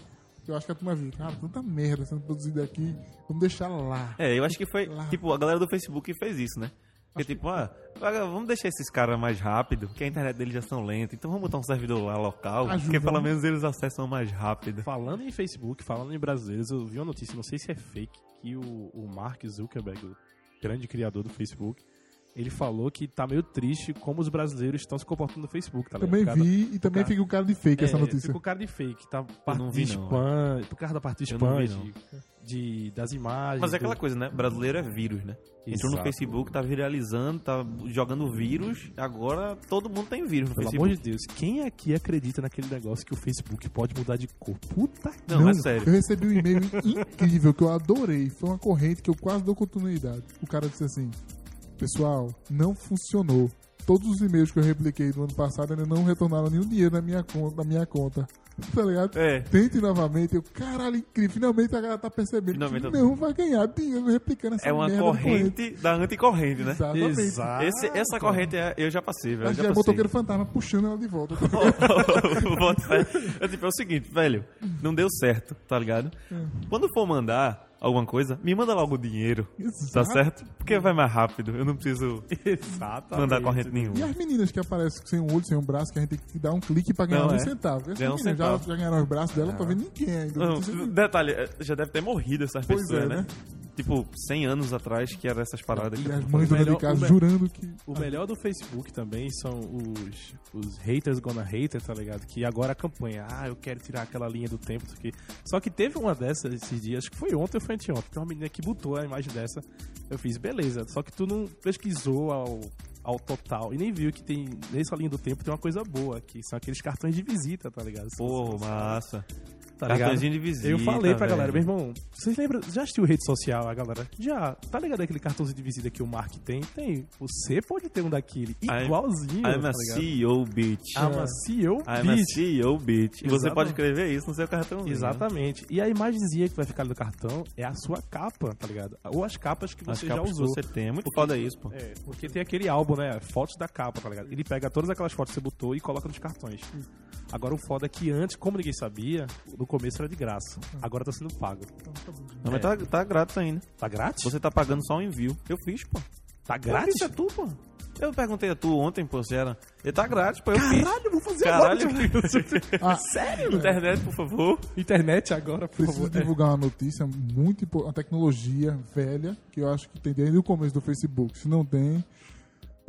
[SPEAKER 2] Eu acho que a turma viu, cara, tanta merda sendo produzida aqui, vamos deixar lá.
[SPEAKER 1] É, eu acho que foi,
[SPEAKER 2] Lá.
[SPEAKER 1] tipo, a galera do Facebook fez isso, né? Porque, tipo, ah, agora vamos deixar esses caras mais rápido, porque a internet deles já são lenta. Então vamos botar um servidor lá local,
[SPEAKER 2] Ajuda,
[SPEAKER 1] porque pelo
[SPEAKER 2] né?
[SPEAKER 1] menos eles acessam mais rápido.
[SPEAKER 4] Falando em Facebook, falando em brasileiros, eu vi uma notícia, não sei se é fake, que o, o Mark Zuckerberg, o grande criador do Facebook, ele falou que tá meio triste como os brasileiros estão se comportando no Facebook, tá ligado?
[SPEAKER 2] Também
[SPEAKER 4] Cada-
[SPEAKER 2] vi e também
[SPEAKER 4] cara-
[SPEAKER 2] fica um cara de fake essa
[SPEAKER 4] É,
[SPEAKER 2] notícia.
[SPEAKER 4] Fica o cara de fake, tá
[SPEAKER 1] não vi, não, é.
[SPEAKER 4] participando, por causa da parte
[SPEAKER 1] Eu não
[SPEAKER 4] spam,
[SPEAKER 1] vi,
[SPEAKER 4] de, de- das imagens.
[SPEAKER 1] Mas é aquela
[SPEAKER 4] do-
[SPEAKER 1] coisa, né? Brasileiro é vírus, né? Entrou no
[SPEAKER 4] Exato.
[SPEAKER 1] Facebook, tá viralizando, tá jogando vírus. Agora todo mundo tem vírus no
[SPEAKER 4] Pelo
[SPEAKER 1] Facebook.
[SPEAKER 4] amor de Deus, quem aqui acredita naquele negócio que o Facebook pode mudar de cor? Puta que
[SPEAKER 1] Não, é sério.
[SPEAKER 2] Eu recebi um e-mail incrível que eu adorei. Foi uma corrente que eu quase dou continuidade. O cara disse assim: Pessoal, não funcionou. Todos os e-mails que eu repliquei do ano passado ainda não retornaram nenhum dinheiro na minha conta. Na minha conta. Tá ligado?
[SPEAKER 1] É.
[SPEAKER 2] Tente novamente. Eu, caralho, incrível. Finalmente a galera tá percebendo
[SPEAKER 1] Finalmente
[SPEAKER 2] que
[SPEAKER 1] eu-
[SPEAKER 2] não vai ganhar dinheiro replicando essa
[SPEAKER 1] É uma
[SPEAKER 2] merda de
[SPEAKER 1] corrente da anticorrente, né?
[SPEAKER 2] Exatamente.
[SPEAKER 4] Exato.
[SPEAKER 1] Esse- essa corrente é- eu já passei, velho. eu
[SPEAKER 2] Acho
[SPEAKER 1] Já
[SPEAKER 2] que é
[SPEAKER 1] passei.
[SPEAKER 2] motoqueiro fantasma puxando ela de volta.
[SPEAKER 1] Bota fé. é, tipo, é o seguinte, velho, não deu certo, tá ligado? Quando for mandar alguma coisa, me manda logo o dinheiro. Tá
[SPEAKER 2] Exato.
[SPEAKER 1] certo? Porque vai mais rápido. Eu não preciso
[SPEAKER 4] Exatamente.
[SPEAKER 1] mandar corrente nenhuma.
[SPEAKER 2] E as meninas que aparecem sem um olho, sem um braço, que a gente tem que dar um clique pra ganhar
[SPEAKER 1] Não,
[SPEAKER 2] um
[SPEAKER 1] é.
[SPEAKER 2] centavo. Essas
[SPEAKER 1] Ganhar um
[SPEAKER 2] meninas
[SPEAKER 1] centavo. Ah.
[SPEAKER 2] Já, já ganharam os braços dela, não tô vendo ninguém ainda.
[SPEAKER 1] Não,
[SPEAKER 2] Não sei se-
[SPEAKER 1] detalhe, é, já deve ter morrido essas
[SPEAKER 2] Pois
[SPEAKER 1] pessoas,
[SPEAKER 2] é,
[SPEAKER 1] né?
[SPEAKER 2] né?
[SPEAKER 1] Tipo, 100 anos atrás que tipo, eram essas paradas.
[SPEAKER 2] E as mães dona de
[SPEAKER 4] melhor- o
[SPEAKER 2] casa
[SPEAKER 4] me-
[SPEAKER 2] jurando que.
[SPEAKER 4] O melhor do Facebook também são os, os haters gonna hater, tá ligado? Que agora a campanha, ah, eu quero tirar aquela linha do tempo, isso aqui. Só que teve uma dessas esses dias, acho que foi ontem ou foi anteontem, tem uma menina que botou a imagem dessa. Eu fiz, beleza, só que tu não pesquisou ao, ao total e nem viu que tem, nessa linha do tempo tem uma coisa boa, que são aqueles cartões de visita, tá ligado?
[SPEAKER 1] Pô, massa.
[SPEAKER 4] tá
[SPEAKER 1] Cartãozinho de visita.
[SPEAKER 4] eu falei pra
[SPEAKER 1] velho.
[SPEAKER 4] galera, meu irmão, vocês lembram? Já assistiu rede social, a galera? Já. Tá ligado aquele cartãozinho de visita que o Mark tem? Tem. Você pode ter um daquele.
[SPEAKER 1] I'm-
[SPEAKER 4] Igualzinho.
[SPEAKER 1] I'm
[SPEAKER 4] tá
[SPEAKER 1] a
[SPEAKER 4] ligado?
[SPEAKER 1] CEO, bitch.
[SPEAKER 4] I'm a CEO.
[SPEAKER 1] I'm a
[SPEAKER 4] bitch.
[SPEAKER 1] CEO, bitch. E você
[SPEAKER 4] Exatamente.
[SPEAKER 1] pode escrever isso no seu cartãozinho.
[SPEAKER 4] Exatamente. E a imagenzinha que vai ficar ali no cartão é a sua capa, tá ligado? Ou as capas que
[SPEAKER 1] As
[SPEAKER 4] você já
[SPEAKER 1] capas que
[SPEAKER 4] usou.
[SPEAKER 1] você tem. É muito foda isso, pô.
[SPEAKER 4] É, porque tem aquele álbum, né? Fotos da capa, tá ligado? Ele pega todas aquelas fotos que você botou e coloca nos cartões. Agora o foda é que antes, como ninguém sabia, no começo era de graça. Agora tá sendo pago.
[SPEAKER 1] Não, mas tá, tá grátis ainda.
[SPEAKER 4] Tá grátis?
[SPEAKER 1] Você tá pagando só o envio. Eu fiz, pô.
[SPEAKER 4] Tá
[SPEAKER 1] Grátis?
[SPEAKER 4] grátis?
[SPEAKER 1] é tu, pô. Eu perguntei a tu ontem, pô, se era. Ele tá grátis, pô. Eu fiz.
[SPEAKER 4] Caralho, é vou fazer
[SPEAKER 1] Caralho,
[SPEAKER 4] agora.
[SPEAKER 2] Ah,
[SPEAKER 4] Sério?
[SPEAKER 1] internet, por favor.
[SPEAKER 4] Internet agora, por
[SPEAKER 2] preciso
[SPEAKER 4] favor. é.
[SPEAKER 2] divulgar uma notícia muito importante. Uma tecnologia velha, que eu acho que tem desde o começo do Facebook. Se não tem.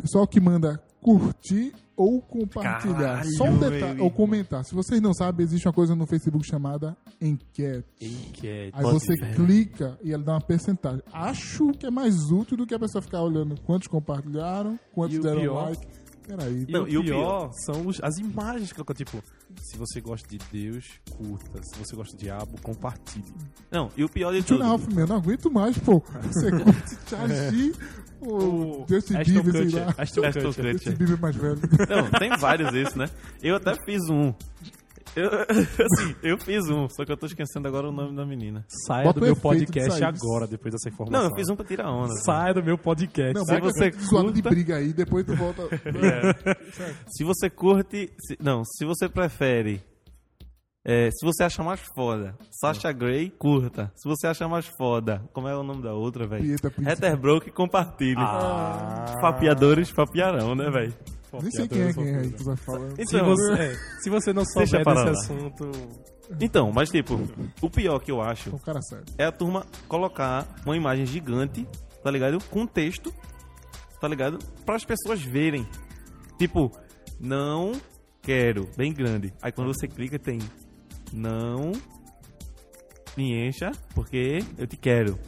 [SPEAKER 2] Pessoal que manda curtir ou compartilhar.
[SPEAKER 1] Caralho,
[SPEAKER 2] Só um detalhe.
[SPEAKER 1] velho.
[SPEAKER 2] Ou comentar. Se vocês não sabem, existe uma coisa no Facebook chamada enquete.
[SPEAKER 4] É, Enquete.
[SPEAKER 2] Aí você clica e ela dá uma percentagem. Acho que é mais útil do que a pessoa ficar olhando quantos compartilharam, quantos
[SPEAKER 4] E o
[SPEAKER 2] deram
[SPEAKER 4] pior-
[SPEAKER 2] like. Peraí.
[SPEAKER 4] E,
[SPEAKER 1] Não,
[SPEAKER 4] o,
[SPEAKER 1] e o
[SPEAKER 4] pior são os- as imagens que colocam, tipo, se você gosta de Deus, curta. Se você gosta do diabo, compartilhe.
[SPEAKER 1] Não, e o pior de
[SPEAKER 2] Tio
[SPEAKER 1] tudo.
[SPEAKER 2] Ralph, meu, não aguento mais, pô. Você curte Charlie, o Justin
[SPEAKER 4] Ashton
[SPEAKER 2] Bieber, sei
[SPEAKER 4] Kutcher.
[SPEAKER 2] lá.
[SPEAKER 4] Ashton
[SPEAKER 1] Ashton
[SPEAKER 4] Kutcher.
[SPEAKER 1] Kutcher.
[SPEAKER 2] Justin Bieber é mais velho.
[SPEAKER 1] Não, tem vários isso, né? Eu até fiz um. Eu, assim, eu fiz um, só que eu tô esquecendo agora o nome da menina.
[SPEAKER 4] Saia
[SPEAKER 2] Bota
[SPEAKER 4] do
[SPEAKER 2] o
[SPEAKER 4] meu
[SPEAKER 2] efeito
[SPEAKER 4] podcast
[SPEAKER 2] disso aí.
[SPEAKER 4] agora, depois dessa
[SPEAKER 1] Não,
[SPEAKER 4] informação.
[SPEAKER 1] eu fiz um pra tirar onda.
[SPEAKER 4] Saia do meu podcast.
[SPEAKER 2] Não,
[SPEAKER 4] Se
[SPEAKER 2] vai
[SPEAKER 1] você
[SPEAKER 2] suado de
[SPEAKER 1] curta-
[SPEAKER 2] briga aí, depois tu volta. né?
[SPEAKER 1] Se você curte. se- não, se você prefere. é, se você acha mais foda, Sasha Grey, curta. Se você acha mais foda, como é o nome da outra, velho?
[SPEAKER 2] Pieta, Pieta.
[SPEAKER 1] Heterbrook, compartilhe.
[SPEAKER 4] Ah.
[SPEAKER 1] Papiadores papiarão, né, velho?
[SPEAKER 2] Nem sei quem é quem
[SPEAKER 1] um
[SPEAKER 2] é aí que tu vai falar.
[SPEAKER 4] Se
[SPEAKER 1] Então,
[SPEAKER 4] você, é, se você não
[SPEAKER 1] Deixa
[SPEAKER 4] souber
[SPEAKER 1] pra
[SPEAKER 4] desse
[SPEAKER 1] lá.
[SPEAKER 4] assunto,
[SPEAKER 1] então, mas tipo, o pior que eu acho
[SPEAKER 2] É um cara sério.
[SPEAKER 1] é a turma colocar uma imagem gigante, tá ligado? Com texto, tá ligado? Para as pessoas verem. Tipo, não quero, bem grande. Aí quando você clica tem não me encha porque eu te quero.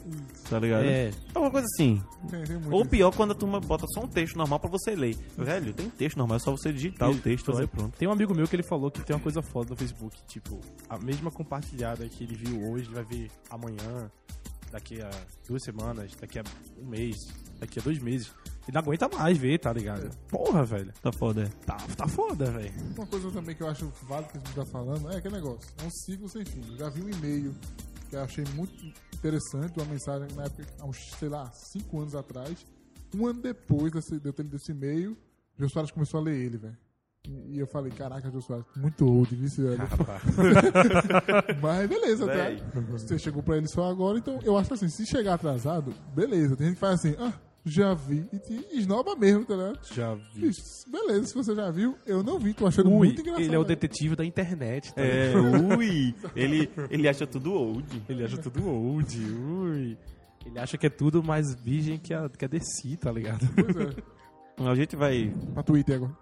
[SPEAKER 1] Tá ligado?
[SPEAKER 4] É.
[SPEAKER 1] Alguma coisa assim.
[SPEAKER 2] Tem, tem muito
[SPEAKER 1] Ou
[SPEAKER 2] isso.
[SPEAKER 1] pior quando a turma bota só um texto normal pra você ler. Velho, tem texto normal, é só você digitar o texto lá e pronto.
[SPEAKER 4] Tem um amigo meu que ele falou que tem uma coisa foda no Facebook, tipo, a mesma compartilhada que ele viu hoje, ele vai ver amanhã, daqui a duas semanas, daqui a um mês, daqui a dois meses. Ele não aguenta mais ver, tá
[SPEAKER 2] É.
[SPEAKER 4] ligado? Porra, velho.
[SPEAKER 1] Tá foda. é.
[SPEAKER 4] Tá, tá foda, velho.
[SPEAKER 2] Uma coisa também que eu acho válido que a gente tá falando é aquele negócio. É um ciclo sem fim. Eu já vi um e-mail que eu achei muito interessante, uma mensagem na época, há uns, sei lá, cinco anos atrás. Um ano depois desse, de eu ter lido esse e-mail, o Jô Soares começou a ler ele, velho. E, e eu falei, caraca, Jô Soares, muito old, viu, esse velho? Mas beleza, tá?
[SPEAKER 1] Véi.
[SPEAKER 2] Você chegou pra ele só agora, então eu acho assim, se chegar atrasado, beleza. Tem gente que faz assim, ah, já vi. E te esnoba mesmo, tá ligado?
[SPEAKER 5] Já vi.
[SPEAKER 2] Bicho, beleza, se você já viu, eu não vi, tô achando
[SPEAKER 4] Ui,
[SPEAKER 2] muito engraçado. né?
[SPEAKER 4] ele é o detetive da internet. Tá?
[SPEAKER 1] É, ui, ele, ele acha tudo old.
[SPEAKER 5] Ele acha tudo old, ui.
[SPEAKER 4] Ele acha que é tudo mais virgem que a, que a DC, tá ligado?
[SPEAKER 2] Pois é.
[SPEAKER 1] A gente vai.
[SPEAKER 2] Pra Twitter agora.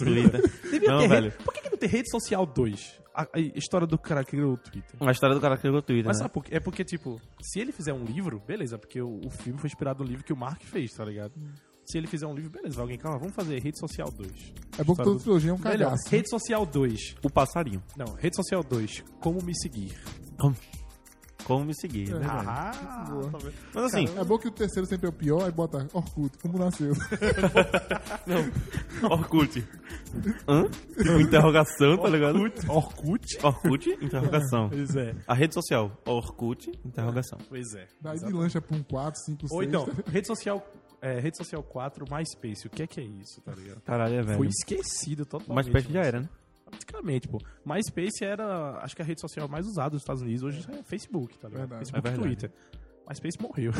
[SPEAKER 1] Lida.
[SPEAKER 4] Devia
[SPEAKER 1] Não,
[SPEAKER 4] ter
[SPEAKER 1] velho.
[SPEAKER 4] rede- Por que, que não tem rede social 2? A, a história do cara que criou o Twitter.
[SPEAKER 1] A história do cara que criou o Twitter.
[SPEAKER 4] Mas
[SPEAKER 1] né?
[SPEAKER 4] sabe por quê? É porque, tipo, se ele fizer um livro, beleza, porque o, o filme foi inspirado no livro que o Mark fez, tá ligado?
[SPEAKER 1] Hum.
[SPEAKER 4] Se ele fizer um livro, beleza, alguém, calma, vamos fazer rede social 2.
[SPEAKER 2] É bom que toda trilogia é um
[SPEAKER 4] Melhor,
[SPEAKER 2] cagaço.
[SPEAKER 4] rede social 2.
[SPEAKER 1] O passarinho.
[SPEAKER 4] Não, rede social 2, como me seguir.
[SPEAKER 1] Como me seguir, né?
[SPEAKER 2] É.
[SPEAKER 1] velho?
[SPEAKER 4] Ah,
[SPEAKER 2] boa.
[SPEAKER 4] tá vendo?
[SPEAKER 1] Mas assim,
[SPEAKER 2] É bom que o terceiro sempre é o pior, aí bota Orkut, como nasceu.
[SPEAKER 1] Orkut. Hã? Tipo, interrogação, tá ligado?
[SPEAKER 4] Orkut?
[SPEAKER 1] Orkut, interrogação.
[SPEAKER 4] Pois é,
[SPEAKER 1] A rede social, Orkut, interrogação.
[SPEAKER 4] pois é.
[SPEAKER 2] Daí de
[SPEAKER 4] Exato.
[SPEAKER 2] lancha pra um 4, 5, 6.
[SPEAKER 4] Ou então, rede social, é, rede social 4, MySpace, o que é que é isso, tá ligado?
[SPEAKER 1] Caralho, é velho.
[SPEAKER 4] Foi esquecido totalmente.
[SPEAKER 1] Mas perto já
[SPEAKER 4] mas-
[SPEAKER 1] era, né?
[SPEAKER 4] Praticamente, pô. MySpace era, acho que a rede social mais usada dos Estados Unidos. Hoje é Facebook, tá ligado?
[SPEAKER 2] Verdade.
[SPEAKER 4] Facebook
[SPEAKER 1] É
[SPEAKER 4] e
[SPEAKER 1] verdade.
[SPEAKER 4] Twitter. MySpace morreu.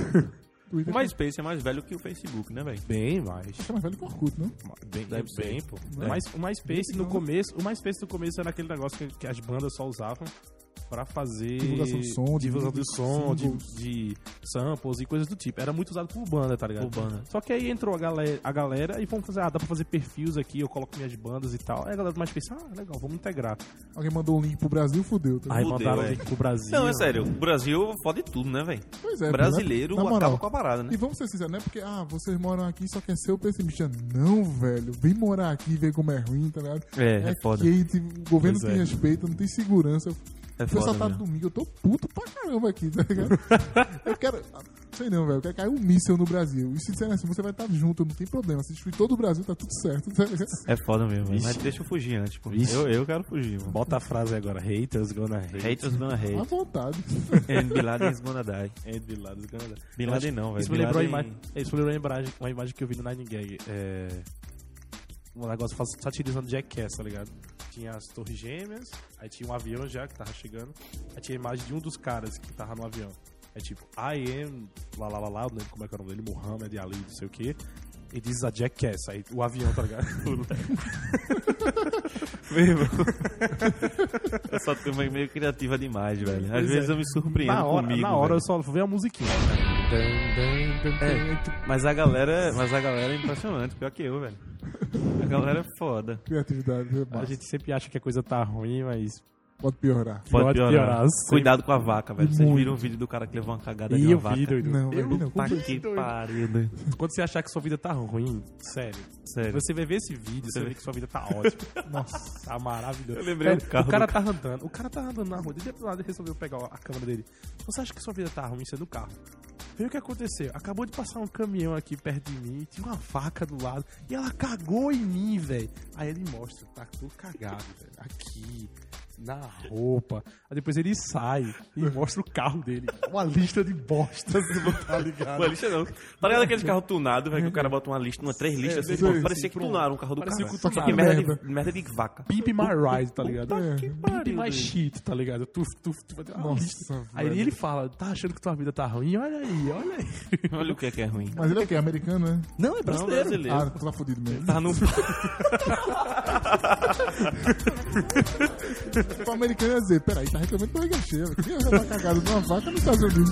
[SPEAKER 1] O MySpace é mais velho que o Facebook, né, velho?
[SPEAKER 4] Bem mais.
[SPEAKER 2] Acho que é mais velho que Orkut, não?
[SPEAKER 4] Bem,
[SPEAKER 1] É
[SPEAKER 4] bem,
[SPEAKER 1] bem,
[SPEAKER 4] pô.
[SPEAKER 1] É.
[SPEAKER 4] Mas o MySpace no
[SPEAKER 2] Não.
[SPEAKER 4] começo, o MySpace no começo era aquele negócio que, que as bandas só usavam pra fazer
[SPEAKER 2] Divulgação de som,
[SPEAKER 4] divulgação de som, de,
[SPEAKER 2] singles.
[SPEAKER 4] de samples e coisas do tipo. Era muito usado por banda, tá ligado?
[SPEAKER 1] Por banda.
[SPEAKER 4] Só que aí entrou a galera, a galera e vamos fazer, ah, dá pra fazer perfis aqui, eu coloco minhas bandas e tal. Aí a galera do MySpace, ah, legal, vamos integrar.
[SPEAKER 2] Alguém mandou um link pro Brasil, fudeu. Tá
[SPEAKER 4] Aí
[SPEAKER 1] Fudeu,
[SPEAKER 4] mandaram
[SPEAKER 1] é.
[SPEAKER 4] o link pro Brasil.
[SPEAKER 1] Não, é sério. O Brasil fode tudo, né, velho?
[SPEAKER 2] Pois é,
[SPEAKER 1] Brasileiro
[SPEAKER 2] na moral.
[SPEAKER 1] acaba com a parada,
[SPEAKER 2] E
[SPEAKER 1] né?
[SPEAKER 2] vamos ser sinceros, não é porque, ah, vocês moram aqui e só quer ser o pessimista. Não, velho. Vem morar aqui e ver como é ruim, tá ligado?
[SPEAKER 1] É, é foda.
[SPEAKER 2] Kate, o governo
[SPEAKER 4] Pois
[SPEAKER 2] não tem
[SPEAKER 4] é.
[SPEAKER 2] respeito, não tem segurança.
[SPEAKER 1] É
[SPEAKER 2] Foi
[SPEAKER 1] foda,
[SPEAKER 2] assaltado
[SPEAKER 1] mesmo.
[SPEAKER 2] domingo, eu tô puto pra caramba aqui, tá ligado? eu quero. ah, Sei não, velho. Eu quero cair um míssel no Brasil. E se disser assim, você vai estar junto, não tem problema. Se destruir todo o Brasil, tá tudo certo, tá ligado?
[SPEAKER 1] É foda mesmo, velho. Mas
[SPEAKER 4] Vixe.
[SPEAKER 1] deixa eu fugir antes, pô.
[SPEAKER 4] Vixe.
[SPEAKER 1] Eu, eu quero fugir, mano.
[SPEAKER 4] Bota a frase agora, haters gonna hate.
[SPEAKER 1] Haters gonna
[SPEAKER 2] À
[SPEAKER 1] hate.
[SPEAKER 2] vontade.
[SPEAKER 1] And Bin Laden's gonna die.
[SPEAKER 4] And É, Bin Laden's gonna die.
[SPEAKER 1] Bin Laden não, velho.
[SPEAKER 4] Isso me
[SPEAKER 1] Bin
[SPEAKER 4] lembrou a
[SPEAKER 1] Laden-
[SPEAKER 4] imagem. é, Isso me lembrou uma imagem, uma imagem que eu vi no Nine Gag. É... Um negócio faz- satirizando Jackass, tá ligado? Tinha as torres gêmeas, aí tinha um avião já que tava chegando, aí tinha a imagem de um dos caras que tava no avião. É tipo, I am, lá lá lá lá, não lembro como é que é o nome dele, Muhammad Ali, não sei o quê. E diz a Jackass, aí o avião, tá ligado?
[SPEAKER 1] Meu irmão. Essa turma é meio criativa demais, velho. Às
[SPEAKER 4] Pois
[SPEAKER 1] vezes
[SPEAKER 4] é.
[SPEAKER 1] eu me surpreendo
[SPEAKER 4] na hora,
[SPEAKER 1] comigo.
[SPEAKER 4] na hora eu
[SPEAKER 1] velho.
[SPEAKER 4] só vejo a musiquinha. É.
[SPEAKER 1] Mas a galera, mas a galera é impressionante, pior que eu, velho. A galera é foda.
[SPEAKER 2] Criatividade, é
[SPEAKER 4] A
[SPEAKER 2] massa.
[SPEAKER 4] gente sempre acha que a coisa tá ruim, mas
[SPEAKER 2] Pode piorar.
[SPEAKER 1] Pode,
[SPEAKER 4] Pode
[SPEAKER 1] piorar.
[SPEAKER 4] piorar,
[SPEAKER 1] Cuidado com a vaca, velho. Vocês
[SPEAKER 4] Muito.
[SPEAKER 1] viram o vídeo do cara que levou uma cagada de
[SPEAKER 4] E
[SPEAKER 1] uma
[SPEAKER 4] eu tá
[SPEAKER 1] vaca?
[SPEAKER 4] vi, doido.
[SPEAKER 2] Não, velho. Não,
[SPEAKER 1] Puta
[SPEAKER 2] como- assim?
[SPEAKER 1] que pariu, doido.
[SPEAKER 4] Quando você achar que sua vida tá ruim, sério,
[SPEAKER 1] Sério.
[SPEAKER 4] você vai ver esse vídeo, você
[SPEAKER 1] vê.
[SPEAKER 4] vê que sua vida tá ótima. Nossa, tá maravilhoso.
[SPEAKER 1] Eu lembrei do carro
[SPEAKER 4] O cara
[SPEAKER 1] do
[SPEAKER 4] tá andando, o cara tá andando na rua, de do lado ele resolveu pegar a câmera dele. Você acha que sua vida tá ruim, você é do carro. Veio o que aconteceu. Acabou de passar um caminhão aqui perto de mim, tinha uma vaca do lado, e ela cagou em mim, velho. Aí ele mostra, tá tudo cagado, velho. Aqui, na roupa. Aí depois ele sai e mostra o carro dele. Uma lista de bostas, tá ligado?
[SPEAKER 1] Uma lista não. Tá ligado aquele carro tunado, velho? Que o cara bota uma lista, uma
[SPEAKER 4] É,
[SPEAKER 1] três listas assim,
[SPEAKER 2] sim,
[SPEAKER 1] pô,
[SPEAKER 2] sim,
[SPEAKER 1] parecia que
[SPEAKER 2] pronto.
[SPEAKER 1] tunaram um carro do
[SPEAKER 4] Parecia
[SPEAKER 1] cara.
[SPEAKER 4] que né,
[SPEAKER 1] Só que
[SPEAKER 2] tunaram.
[SPEAKER 1] merda
[SPEAKER 2] Merda.
[SPEAKER 1] de, merda de vaca.
[SPEAKER 4] Pimp My Ride, tá ligado?
[SPEAKER 2] É.
[SPEAKER 1] Que
[SPEAKER 4] Pimp
[SPEAKER 1] pariu,
[SPEAKER 4] My
[SPEAKER 1] doido.
[SPEAKER 4] Shit, tá ligado? Tu, tu, tu vai ter uma
[SPEAKER 2] Nossa,
[SPEAKER 4] lista. Aí
[SPEAKER 2] velho.
[SPEAKER 4] ele fala, tá achando que tua vida tá ruim? Olha aí, olha aí.
[SPEAKER 1] Olha o que é que é ruim.
[SPEAKER 2] Mas ele é o quê? Americano, né?
[SPEAKER 4] Não, é
[SPEAKER 1] Não,
[SPEAKER 4] brasileiro.
[SPEAKER 1] brasileiro.
[SPEAKER 2] Ah, tu tá fudido mesmo.
[SPEAKER 1] Tá no
[SPEAKER 2] O americano ia dizer, peraí, tá reclamando de barriga cheia. velho. Quem ia levar cagada de uma vaca nos Estados Unidos?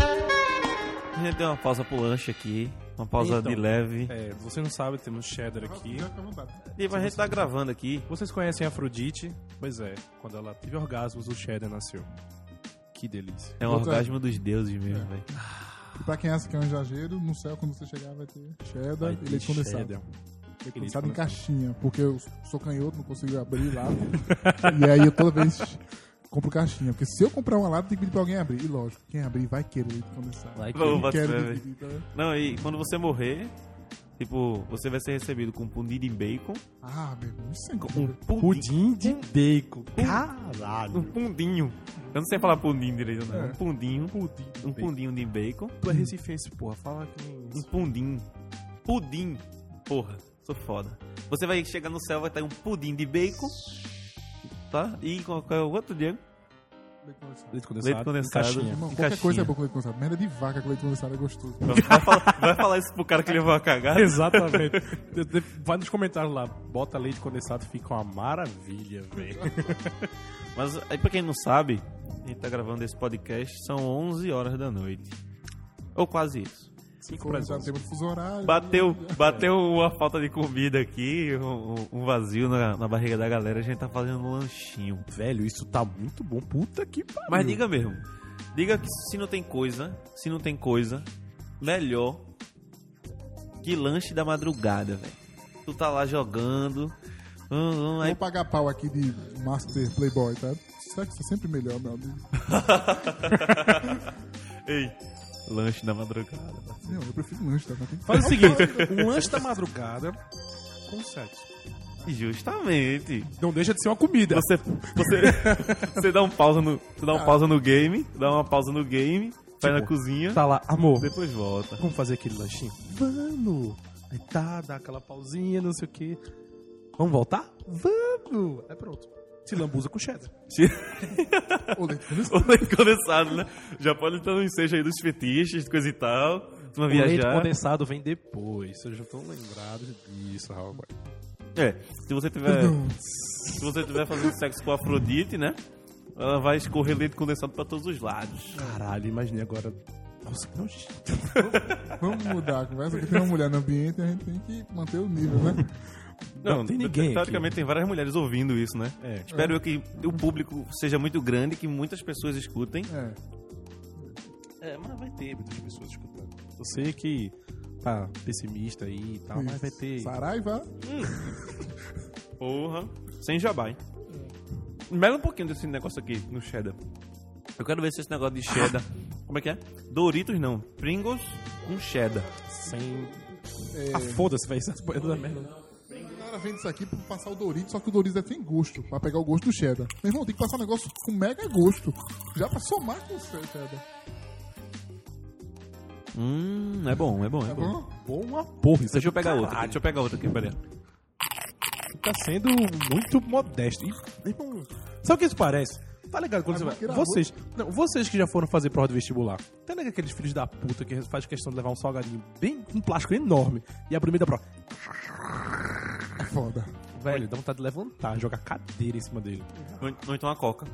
[SPEAKER 1] A gente deu uma pausa pro lanche aqui, uma pausa
[SPEAKER 4] Então.
[SPEAKER 1] de leve.
[SPEAKER 4] É, você não sabe, temos cheddar aqui.
[SPEAKER 1] E mas a gente tá gravando aqui.
[SPEAKER 4] Vocês conhecem a Afrodite? Pois é, quando ela teve orgasmos, o cheddar nasceu. Que delícia.
[SPEAKER 1] É um
[SPEAKER 2] Outra-
[SPEAKER 1] orgasmo dos deuses mesmo,
[SPEAKER 4] É.
[SPEAKER 1] velho.
[SPEAKER 2] E pra quem acha que é um exagero, no céu, quando você chegar, vai ter cheddar e
[SPEAKER 4] é
[SPEAKER 2] leite condensado. Leite
[SPEAKER 4] Cheddar. Leite
[SPEAKER 2] condensado em
[SPEAKER 4] é condensado.
[SPEAKER 2] caixinha, porque eu sou canhoto, não consigo abrir lá. e aí eu toda vez compro caixinha. Porque se eu comprar uma lata, tem que pedir pra alguém abrir. E lógico, quem abrir vai querer leite condensado.
[SPEAKER 4] Vai que-
[SPEAKER 1] Vou
[SPEAKER 2] Quem
[SPEAKER 1] bater,
[SPEAKER 2] quer
[SPEAKER 1] velho.
[SPEAKER 2] dividir, tá vendo?
[SPEAKER 1] Não, e quando você morrer, tipo, você vai ser recebido com um pudim de bacon,
[SPEAKER 2] Ah, meu irmão, isso é
[SPEAKER 1] com um
[SPEAKER 2] incrível.
[SPEAKER 1] pudim,
[SPEAKER 4] Pudim de bacon.
[SPEAKER 1] um
[SPEAKER 4] Caralho.
[SPEAKER 1] pundinho. Eu não sei falar pudim direito, não.
[SPEAKER 2] É.
[SPEAKER 1] Um pundinho,
[SPEAKER 4] Pudim.
[SPEAKER 1] um pundinho de bacon,
[SPEAKER 3] Tu é recifense, porra. Fala que
[SPEAKER 1] um pundim. Pudim. Porra, sou foda. Você vai chegar no céu, vai ter um pudim de bacon, tá? E qual qual é o outro, Diego?
[SPEAKER 2] Leite condensado.
[SPEAKER 4] Leite condensado.
[SPEAKER 1] Leite condensado.
[SPEAKER 4] Caixinha.
[SPEAKER 2] Irmão,
[SPEAKER 1] Em
[SPEAKER 2] qualquer
[SPEAKER 1] caixinha.
[SPEAKER 2] coisa é bom com leite condensado. Merda de vaca com leite condensado é gostoso.
[SPEAKER 1] Vai falar, vai falar isso pro cara que levou a cagada.
[SPEAKER 4] Exatamente. Vai nos comentários lá. Bota leite condensado, fica uma maravilha, velho.
[SPEAKER 1] Mas aí pra quem não sabe, a gente tá gravando esse podcast, são 11 horas da noite. Ou quase isso.
[SPEAKER 2] Cinco horas já temos fuso horário.
[SPEAKER 1] Bateu, bateu uma falta de comida aqui, um, um vazio na, na barriga da galera, a gente tá fazendo um lanchinho.
[SPEAKER 4] Velho, isso tá muito bom. Puta que pariu.
[SPEAKER 1] Mas diga mesmo, diga que se não tem coisa, se não tem coisa, melhor que lanche da madrugada, velho. Tu tá lá jogando, hum, hum, aí
[SPEAKER 2] Vou pagar pau aqui de Master Playboy, tá? Sexo é sempre melhor, meu amigo.
[SPEAKER 1] Ei, lanche da madrugada.
[SPEAKER 2] Não, eu prefiro lanche, tá? Mas tem que
[SPEAKER 4] Faz o seguinte: um lanche da madrugada com sexo.
[SPEAKER 1] Justamente.
[SPEAKER 4] Não deixa de ser uma comida.
[SPEAKER 1] Você, você, você dá um pausa no, você dá uma pausa no game, dá uma pausa no game, vai na
[SPEAKER 4] Ah. Tipo,
[SPEAKER 1] cozinha,
[SPEAKER 4] Tá lá, amor.
[SPEAKER 1] depois volta.
[SPEAKER 4] Vamos fazer aquele lanchinho? Vamos! Aí tá, dá aquela pausinha, não sei o quê. Vamos voltar? Vamos! É pronto. Se lambuza com cheddar.
[SPEAKER 2] Ô, leite condensado.
[SPEAKER 1] O leite condensado, né? Já pode estar no ensejo aí dos fetiches, coisa e tal. Uma
[SPEAKER 4] O leite
[SPEAKER 1] viajar.
[SPEAKER 4] condensado vem depois. Vocês já estão lembrados disso, rapaz.
[SPEAKER 1] É, se você tiver.
[SPEAKER 2] Então,
[SPEAKER 1] Se você tiver fazendo sexo com a Afrodite, né? Ela vai escorrer leite condensado pra todos os lados.
[SPEAKER 4] Caralho, imaginei agora. Nossa, que nojento.
[SPEAKER 2] Vamos mudar a conversa, porque tem uma mulher no ambiente e a gente tem que manter o nível, né?
[SPEAKER 4] Não, tem ninguém
[SPEAKER 1] Teoricamente tem várias mulheres ouvindo isso, né?
[SPEAKER 4] É.
[SPEAKER 1] Espero eu que o público seja muito grande, que muitas pessoas escutem.
[SPEAKER 2] É.
[SPEAKER 4] É, mas vai ter muitas pessoas escutando. Eu sei que tá pessimista aí e tal, Ah, mas vai ter.
[SPEAKER 2] Saraiva.
[SPEAKER 1] Porra. Sem jabá, hein? Mela um pouquinho desse negócio aqui no cheddar. Eu quero ver se esse negócio de cheddar. Como é que é? Doritos não. Pringles com cheddar.
[SPEAKER 4] Sem. Ah, foda-se, vai ser banhando da merda. né?
[SPEAKER 2] O cara vende isso aqui pra passar o Doritos, só que o Doritos é sem gosto, pra pegar o gosto do cheddar. Meu irmão, tem que passar um negócio com mega gosto. Já pra somar com o seu cheddar. tá
[SPEAKER 1] Hum, é bom, é bom, é
[SPEAKER 2] Tá
[SPEAKER 1] bom.
[SPEAKER 2] bom?
[SPEAKER 4] Boa porra, isso é
[SPEAKER 1] Deixa eu pegar outro
[SPEAKER 4] outro.
[SPEAKER 1] aqui. Deixa eu pegar outro aqui, peraí.
[SPEAKER 4] tá sendo muito modesto. E,
[SPEAKER 2] um-
[SPEAKER 4] irmão, sabe o que isso parece? Tá ligado quando
[SPEAKER 2] Ah,
[SPEAKER 4] você
[SPEAKER 2] mas
[SPEAKER 4] vai.
[SPEAKER 2] que
[SPEAKER 4] Vocês, não, vocês que já foram fazer prova de vestibular, tá ligado aqueles filhos da puta que faz questão de levar um salgadinho bem um plástico enorme e abrir no meio da prova.
[SPEAKER 2] É foda.
[SPEAKER 4] Velho, dá vontade de levantar, jogar cadeira em cima dele.
[SPEAKER 1] Ou en- Ou então a coca.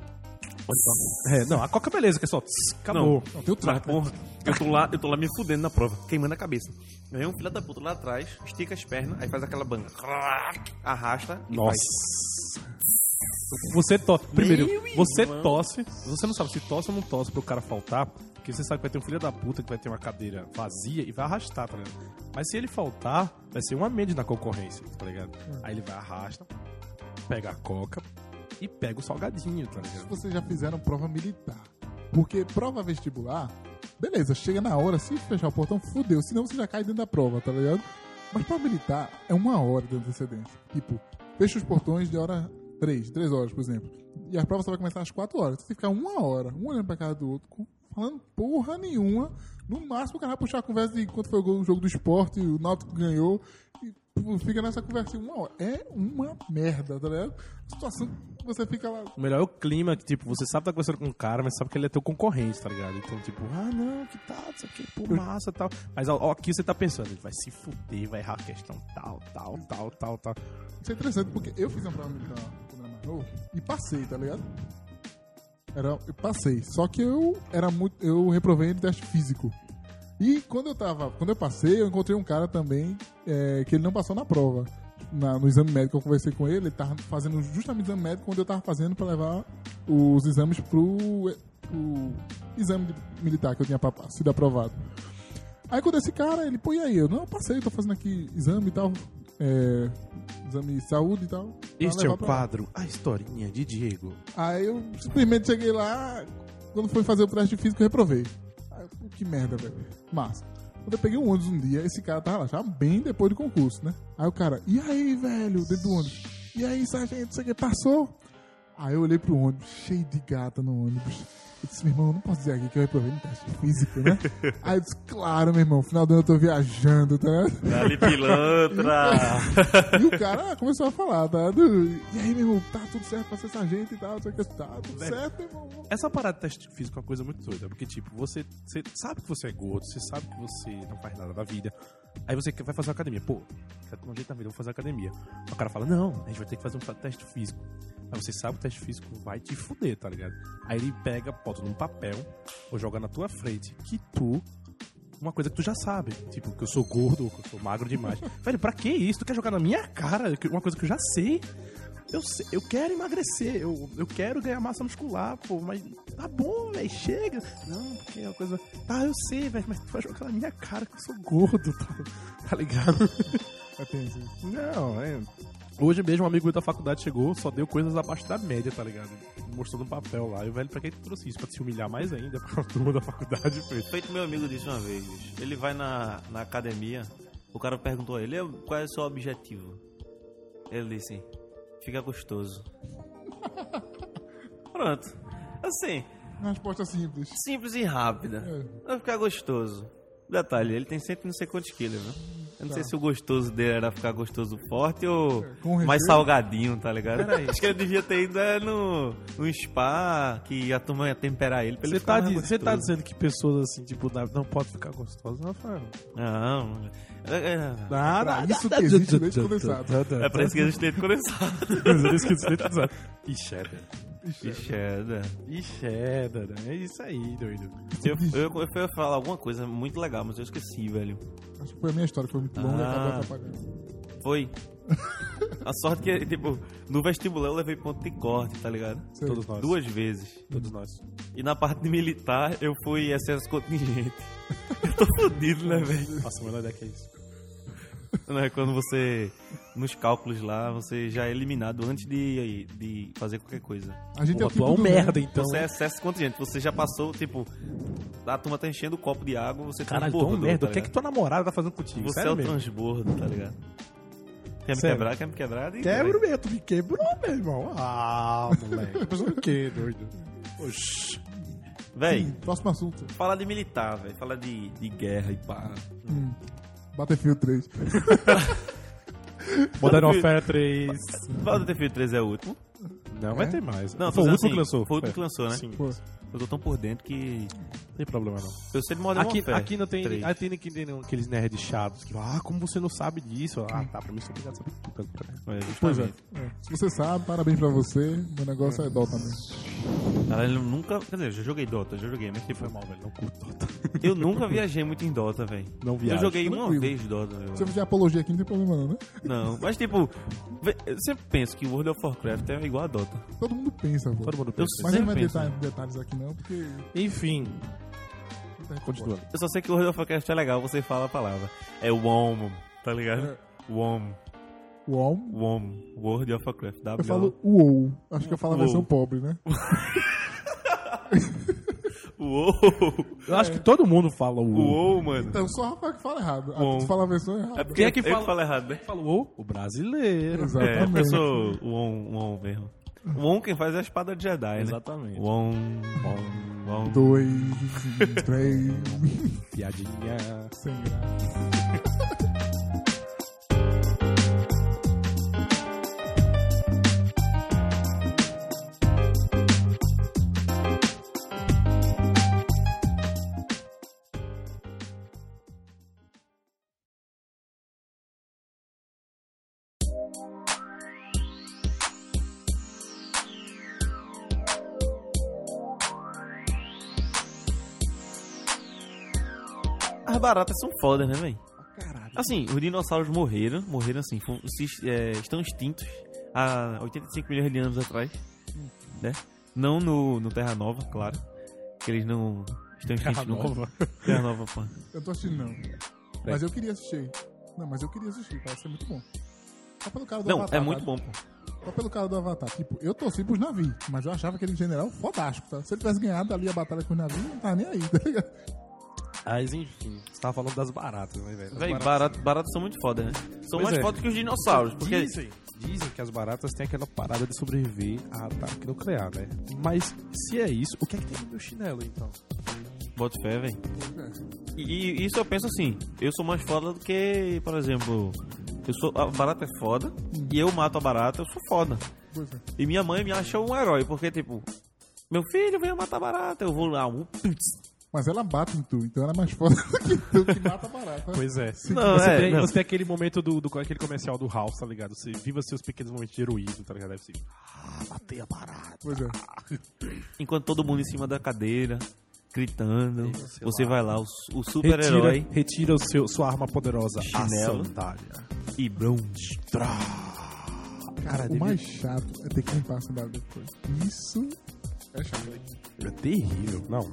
[SPEAKER 4] É, não, a coca beleza, que é só. tss, Acabou.
[SPEAKER 2] Não, tem o
[SPEAKER 1] Mas,
[SPEAKER 2] trapo.
[SPEAKER 1] porra, eu tô, lá, eu tô lá me fudendo na prova, queimando a cabeça. Aí um filho da puta lá atrás, estica as pernas, aí faz aquela banca. Arrasta. e
[SPEAKER 4] Nossa.
[SPEAKER 1] faz.
[SPEAKER 4] Você tosse. Primeiro,
[SPEAKER 1] Meu
[SPEAKER 4] você
[SPEAKER 1] irmão.
[SPEAKER 4] tosse. Você não sabe se tosse ou não tosse pro cara faltar. Porque você sabe que vai ter um filho da puta que vai ter uma cadeira vazia e vai arrastar, tá ligado? Mas se ele faltar, vai ser uma média na concorrência, tá ligado?
[SPEAKER 1] Hum.
[SPEAKER 4] Aí ele vai, arrasta, pega a coca e pega o salgadinho, tá
[SPEAKER 2] Se
[SPEAKER 4] ligado?
[SPEAKER 2] vocês já fizeram prova militar. Porque prova vestibular, beleza, chega na hora, se fechar o portão, fudeu. Senão você já cai dentro da prova, tá ligado? Mas prova militar é uma hora de antecedência. Tipo, fecha os portões de hora 3, 3 horas, por exemplo. E a prova só vai começar às 4 horas. Então, Você tem que ficar uma hora, um olhando pra cara do outro, com- falando porra nenhuma. No máximo o cara vai puxar a conversa de quanto foi o gol do jogo do esporte, o Náutico ganhou. E pô, fica nessa conversa uma hora. É uma merda, tá ligado? Situação que você fica lá
[SPEAKER 4] O melhor é o clima, que tipo, você sabe que tá conversando com um cara, mas sabe que ele é teu concorrente, tá ligado? Então, tipo, ah não, que tal, isso aqui, pô, massa tal. Mas ó, ó, aqui você tá pensando, ele vai se fuder, vai errar a questão tal, tal, tal, tal, tal.
[SPEAKER 2] Isso é interessante, porque eu fiz uma prova militar quando era mais novo e passei, tá ligado? Era, eu passei. Só que eu era muito. Eu reprovei no teste físico. E quando eu tava. Quando eu passei, eu encontrei um cara também é, que ele não passou na prova. Na- no exame médico, eu conversei com ele, ele tava fazendo justamente o exame médico quando eu tava fazendo pra levar os exames pro, pro exame de- militar que eu tinha pa- sido aprovado. Aí quando esse cara, ele, pô, e aí? Eu, não, eu passei, tô fazendo aqui exame e tal. é, exame de saúde e tal. pra
[SPEAKER 4] Este é
[SPEAKER 2] levar
[SPEAKER 4] o
[SPEAKER 2] pra lá.
[SPEAKER 4] quadro, a historinha de Diego.
[SPEAKER 2] Aí eu simplesmente cheguei lá, quando foi fazer o teste físico, eu reprovei. Aí, eu, que merda, velho. Massa. Quando eu peguei um ônibus um dia, esse cara tava lá, já bem depois do concurso, né? Aí o cara, e aí, velho, dentro do ônibus? E aí, sargento, não sei o que, passou? Aí eu olhei pro ônibus, cheio de gata no ônibus. Eu disse, meu irmão, eu não posso dizer aqui que eu reprovei no teste físico, né? aí eu disse, claro, meu irmão, final do ano eu tô viajando, tá ligado?
[SPEAKER 1] Ali pilantra.
[SPEAKER 2] E o cara começou a falar, tá? Do, e aí, meu irmão, tá tudo certo pra ser sargento e tal, não sei o que, tá tudo certo, meu irmão.
[SPEAKER 4] Essa parada de teste físico é uma coisa muito doida, porque, tipo, você, você sabe que você é gordo, você sabe que você não faz nada da vida, aí você quer- vai fazer uma academia. Pô, quero tomar um jeito na vida, eu vou fazer academia. O cara fala, não, a gente vai ter que fazer um fa- teste físico. Aí você sabe que o teste físico vai te fuder, tá ligado? Aí ele pega, bota num papel, ou joga na tua frente, que tu... Uma coisa que tu já sabe, tipo, que eu sou gordo, ou que eu sou magro demais. Velho, pra que isso? Tu quer jogar na minha cara que- uma coisa que eu já sei? Eu, sei- eu quero emagrecer, eu, eu quero ganhar massa muscular, pô, mas tá bom, velho, chega. Não, porque é uma coisa. Tá, eu sei, velho, mas tu vai jogar na minha cara que eu sou gordo, tá, tá ligado?
[SPEAKER 2] É tenso isso.
[SPEAKER 4] Não, é. Hoje mesmo um amigo meu da faculdade chegou, só deu coisas abaixo da média, tá ligado? Mostrou no papel lá. E o velho, pra que tu trouxe isso? Pra te humilhar mais ainda pra turma da faculdade, foi.
[SPEAKER 1] Feito meu amigo disse uma vez, bicho. ele vai na, na academia, o cara perguntou a ele, "Eu- qual é o seu objetivo? Ele disse, fica gostoso. Pronto. Assim,
[SPEAKER 2] Uma resposta simples. É.
[SPEAKER 1] simples e rápida. Vai ficar gostoso. Detalhe, ele tem sempre não sei quantos quilos, né? Eu não
[SPEAKER 4] Tá.
[SPEAKER 1] sei se o gostoso dele era ficar gostoso forte ou
[SPEAKER 2] É, com recheio.
[SPEAKER 1] mais salgadinho, tá ligado?
[SPEAKER 4] Peraí.
[SPEAKER 1] Acho que ele devia ter ido é, no, no spa, que a turma ia temperar ele pra ele
[SPEAKER 4] Você
[SPEAKER 1] ficar
[SPEAKER 4] tá,
[SPEAKER 1] mais
[SPEAKER 4] di- você tá
[SPEAKER 1] gostoso.
[SPEAKER 4] dizendo que pessoas assim, tipo, da- não pode ficar gostosas, Rafael?
[SPEAKER 1] Não, é, é,
[SPEAKER 2] Pra isso que existe leite condensado.
[SPEAKER 4] tá.
[SPEAKER 1] é pra isso que a gente tem que começar.
[SPEAKER 4] E cheddar.
[SPEAKER 1] Ixi, é, né?
[SPEAKER 4] E cheddar, né? É isso aí, doido.
[SPEAKER 1] eu, eu, eu ia falar alguma coisa muito legal, mas eu esqueci, velho.
[SPEAKER 2] é. Acho que foi a minha história, que foi muito longa e
[SPEAKER 1] Ah.
[SPEAKER 2] acabou atrapalhando.
[SPEAKER 1] Foi. A sorte que, tipo, no vestibular eu levei ponto de corte, tá ligado?
[SPEAKER 2] Sei.
[SPEAKER 4] Todos nós.
[SPEAKER 1] Duas vezes.
[SPEAKER 4] Todos nós.
[SPEAKER 1] E na parte de militar, eu fui excesso contingente. Eu tô fodido, né, velho?
[SPEAKER 4] Nossa, a menor ideia que é isso.
[SPEAKER 1] Não é quando você, nos cálculos lá, você já é eliminado antes de, de fazer qualquer coisa.
[SPEAKER 2] A gente
[SPEAKER 4] Pô,
[SPEAKER 2] é o
[SPEAKER 4] tu
[SPEAKER 2] tipo
[SPEAKER 4] é um
[SPEAKER 2] do
[SPEAKER 4] merda, então.
[SPEAKER 1] Você é excesso contingente, você já passou, tipo, a turma tá enchendo o copo de água, você tá
[SPEAKER 4] Caralho, tu é um
[SPEAKER 1] tá
[SPEAKER 4] merda. o que é que
[SPEAKER 1] ligado?
[SPEAKER 4] tua namorada tá fazendo contigo?
[SPEAKER 1] Você é
[SPEAKER 4] Sério
[SPEAKER 1] o
[SPEAKER 4] mesmo.
[SPEAKER 1] transbordo, tá ligado? Quer me
[SPEAKER 4] Sério.
[SPEAKER 1] quebrar, quer me quebrar? Ih,
[SPEAKER 4] Quebro
[SPEAKER 1] caralho.
[SPEAKER 4] mesmo, tu me quebrou, meu irmão. Ah, moleque. Pensando o quê, doido? Oxi.
[SPEAKER 1] Véi,
[SPEAKER 2] Sim, próximo assunto.
[SPEAKER 1] falar de militar, velho, falar de, de guerra e pá.
[SPEAKER 2] Battlefield 3.
[SPEAKER 4] Modern Warfare 3.
[SPEAKER 1] Qual do TF 3 é o último?
[SPEAKER 4] É? Não, vai ter mais.
[SPEAKER 1] Não,
[SPEAKER 4] foi
[SPEAKER 1] tô dizendo
[SPEAKER 4] o último
[SPEAKER 1] assim,
[SPEAKER 4] que lançou.
[SPEAKER 1] Foi o último que lançou, né?
[SPEAKER 4] Sim,
[SPEAKER 2] Pô,
[SPEAKER 1] Eu tô tão por dentro que.
[SPEAKER 4] não tem problema não.
[SPEAKER 1] Eu sei de Modern
[SPEAKER 4] Aqui,
[SPEAKER 1] Warfare.
[SPEAKER 4] aqui não tem.
[SPEAKER 1] Três.
[SPEAKER 4] Aqui não tem nenhum- aqueles nerds chatos que falam, ah, como você não sabe disso? Ah, tá, pra mim sou obrigado a saber tudo. tá
[SPEAKER 1] É,
[SPEAKER 2] Pois é.
[SPEAKER 1] justamente.
[SPEAKER 2] É. Se você sabe, parabéns pra você. Meu negócio é Dota mesmo.
[SPEAKER 1] Caralho, eu nunca. Quer dizer, eu já joguei Dota, já joguei, mas tipo,
[SPEAKER 4] Foi mal, velho, não curto.
[SPEAKER 1] eu nunca viajei muito em Dota, velho.
[SPEAKER 4] Não
[SPEAKER 1] Eu
[SPEAKER 4] viajo.
[SPEAKER 1] joguei uma
[SPEAKER 2] tranquilo.
[SPEAKER 1] vez Dota, velho.
[SPEAKER 2] Se eu fizer apologia aqui, não tem problema não, né?
[SPEAKER 1] Não, mas tipo, vê- eu sempre penso que World of Warcraft é igual a Dota.
[SPEAKER 2] Todo mundo pensa, pô.
[SPEAKER 4] Todo mundo
[SPEAKER 1] Eu
[SPEAKER 4] pensa. é
[SPEAKER 2] Mas não vai
[SPEAKER 1] sempre penso,
[SPEAKER 2] detalhe, detalhes aqui não, porque...
[SPEAKER 4] Enfim,
[SPEAKER 2] muita gente
[SPEAKER 4] continuando.
[SPEAKER 1] Eu só sei que World of Warcraft é legal, você fala a palavra. É WOM, tá ligado?
[SPEAKER 2] É.
[SPEAKER 1] WOM,
[SPEAKER 2] gosta. Uou.
[SPEAKER 1] WOM, World of Warcraft,
[SPEAKER 2] Eu
[SPEAKER 1] W.
[SPEAKER 2] falo uou. Acho que eu falo a
[SPEAKER 1] Uou.
[SPEAKER 2] versão pobre, né?
[SPEAKER 1] Uou!
[SPEAKER 4] Eu acho que todo mundo fala o UOL.
[SPEAKER 1] Uou, mano.
[SPEAKER 2] Então só o Rafael que fala errado.
[SPEAKER 1] Uou.
[SPEAKER 2] A gente fala a versão
[SPEAKER 1] É
[SPEAKER 2] errada.
[SPEAKER 1] porque
[SPEAKER 4] Quem é que
[SPEAKER 1] eu
[SPEAKER 4] fala-
[SPEAKER 1] que falo errado, né?
[SPEAKER 4] Fala o UOL? O brasileiro. né?
[SPEAKER 1] É,
[SPEAKER 2] Exatamente.
[SPEAKER 1] porque eu sou WOM, WOM mesmo. WOM quem faz é a espada de Jedi, né?
[SPEAKER 4] Exatamente.
[SPEAKER 1] WOM, WOM, WOM.
[SPEAKER 2] Dois, três,
[SPEAKER 4] Piadinha.
[SPEAKER 2] sem graça.
[SPEAKER 1] As baratas são fodas, né, velho?
[SPEAKER 4] Caralho.
[SPEAKER 1] Assim, os dinossauros morreram, morreram assim, fu- se ex- é, estão extintos há 85 milhões de anos atrás, né? Não no, no Terra Nova, claro, que eles não estão extintos
[SPEAKER 4] Terra
[SPEAKER 1] nunca.
[SPEAKER 4] Nova.
[SPEAKER 1] Terra Nova, pô.
[SPEAKER 2] Eu tô assistindo não. Mas eu queria assistir. Não, mas eu queria assistir, parece ser muito bom. Só pelo cara do
[SPEAKER 1] Não,
[SPEAKER 2] Avatar.
[SPEAKER 1] é muito
[SPEAKER 2] tá?
[SPEAKER 1] bom, pô.
[SPEAKER 2] Só pelo cara do Avatar. Tipo, eu torci pros navios, mas eu achava aquele general fodástico, tá? Se ele tivesse ganhado ali a batalha com os navios, não tava nem aí, tá ligado?
[SPEAKER 4] Mas enfim,
[SPEAKER 3] Você tava falando das baratas, né, velho? As
[SPEAKER 1] Véi,
[SPEAKER 3] baratas-
[SPEAKER 1] barato, baratos são muito foda, né? São
[SPEAKER 3] Pois
[SPEAKER 1] mais
[SPEAKER 3] é.
[SPEAKER 1] fodas que os dinossauros. Porque
[SPEAKER 3] Dizem, dizem que as baratas têm aquela parada de sobreviver a ataque nuclear, né? Mas se é isso, o que é que tem no meu chinelo, então?
[SPEAKER 1] Bota fé, velho.
[SPEAKER 2] é,
[SPEAKER 1] E, e isso eu penso assim, eu sou mais foda do que, por exemplo, eu sou. A barata é foda, e eu mato a barata, eu sou foda.
[SPEAKER 2] Pois é.
[SPEAKER 1] E minha mãe me acha um herói, porque tipo, meu filho veio matar barata, eu vou lá, um putz.
[SPEAKER 2] Mas ela bate em tu, então ela é mais foda do que tu, que mata barato. né?
[SPEAKER 4] pois é.
[SPEAKER 1] Não,
[SPEAKER 4] você,
[SPEAKER 1] é,
[SPEAKER 4] tem,
[SPEAKER 1] não.
[SPEAKER 4] você tem aquele momento do, do aquele comercial do House, tá ligado? Você viva seus pequenos momentos de heroísmo, tá ligado? Aí você, ah, matei a barata.
[SPEAKER 2] Pois é.
[SPEAKER 1] Enquanto todo mundo em cima da cadeira, gritando,
[SPEAKER 4] sei
[SPEAKER 1] você
[SPEAKER 4] lá.
[SPEAKER 1] vai lá, o, su- o super-herói
[SPEAKER 4] Retira, retira o seu, sua arma poderosa,
[SPEAKER 1] Chinelo.
[SPEAKER 4] a sandália.
[SPEAKER 1] e brum.
[SPEAKER 2] Cara, o mais chato é ter que limpar a sandália depois. Isso é chato.
[SPEAKER 4] É terrível. Não.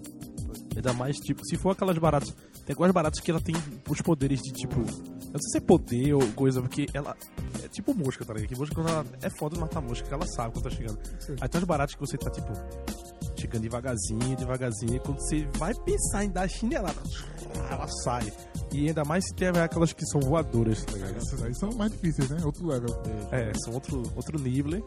[SPEAKER 4] Ainda mais, tipo, se for aquelas baratas. Tem algumas baratas que ela tem os poderes de, tipo. Eu não sei se é poder ou coisa, porque ela. É tipo mosca, tá ligado? Que mosca, quando ela. É foda de matar mosca, porque ela sabe quando tá chegando.
[SPEAKER 2] Sim.
[SPEAKER 4] Aí tem as baratas que você tá, tipo. Chegando devagarzinho, devagarzinho. e Quando você vai pensar em dar chinelada, ela sai. E ainda mais se tem aquelas que são voadoras, tá ligado?
[SPEAKER 2] Essas aí são mais difíceis, né? Outro level.
[SPEAKER 4] É, são outro, outro nível.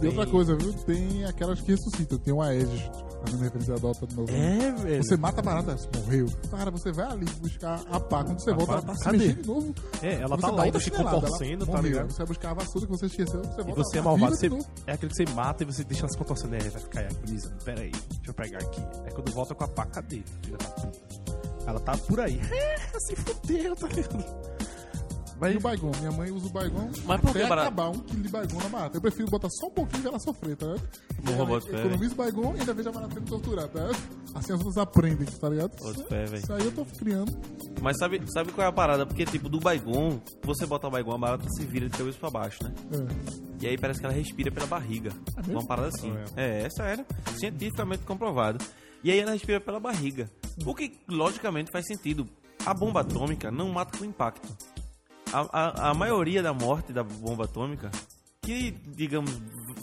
[SPEAKER 2] E outra coisa, viu? Tem aquelas que ressuscitam. Tem uma Aegis, fazendo referência à Dota de novo.
[SPEAKER 4] É, velho.
[SPEAKER 2] Você mata a barata, você morreu. Cara, você vai ali buscar a pá. Quando você
[SPEAKER 4] A
[SPEAKER 2] volta,
[SPEAKER 4] pá?
[SPEAKER 2] ela tá se
[SPEAKER 4] Cadê?
[SPEAKER 2] mexendo de novo.
[SPEAKER 4] É, ela
[SPEAKER 2] Você
[SPEAKER 4] tá
[SPEAKER 2] dá
[SPEAKER 4] lá ainda
[SPEAKER 2] outra
[SPEAKER 4] se
[SPEAKER 2] chinelada, ela
[SPEAKER 4] contorcendo, tá
[SPEAKER 2] morreu.
[SPEAKER 4] ligado?
[SPEAKER 2] Você vai buscar a vassoura que você esqueceu, você
[SPEAKER 4] E
[SPEAKER 2] volta
[SPEAKER 4] você é
[SPEAKER 2] lá, viva
[SPEAKER 4] malvado, você,
[SPEAKER 2] de novo.
[SPEAKER 4] é aquele que você mata e você deixa elas contorcendo. É, vai ficar aí agonizando. Pera aí, deixa eu pegar aqui. Aí quando volta com a pá, cadê? Filha da puta. Ela tá por aí. É, se fudeu, tá ligado?
[SPEAKER 2] E
[SPEAKER 4] é.
[SPEAKER 2] o baigon? Minha mãe usa o baigon
[SPEAKER 1] Mas por
[SPEAKER 2] até
[SPEAKER 1] que barata?
[SPEAKER 2] acabar um quilo de baigon na barata. Eu prefiro botar só um pouquinho pra ela sofrer, tá ligado?
[SPEAKER 1] Porra, boto fé, velho.
[SPEAKER 2] Economiza o baigon e ainda vejo a barata sendo torturada, tá ligado? Assim as outras aprendem, tá ligado?
[SPEAKER 1] Boto fé, velho.
[SPEAKER 2] Isso aí eu tô criando.
[SPEAKER 1] Mas sabe, sabe qual é a parada? Porque, tipo, do Baigon, você bota o Baigon, a barata se vira de cabeça pra baixo, né?
[SPEAKER 2] É.
[SPEAKER 1] E aí parece que ela respira pela barriga.
[SPEAKER 2] Ah, mesmo?
[SPEAKER 1] Uma parada assim. É, essa era cientificamente comprovado. E aí ela respira pela barriga. O que logicamente faz sentido. A bomba atômica não mata com impacto. A, a, a maioria da morte da bomba atômica, que digamos, v-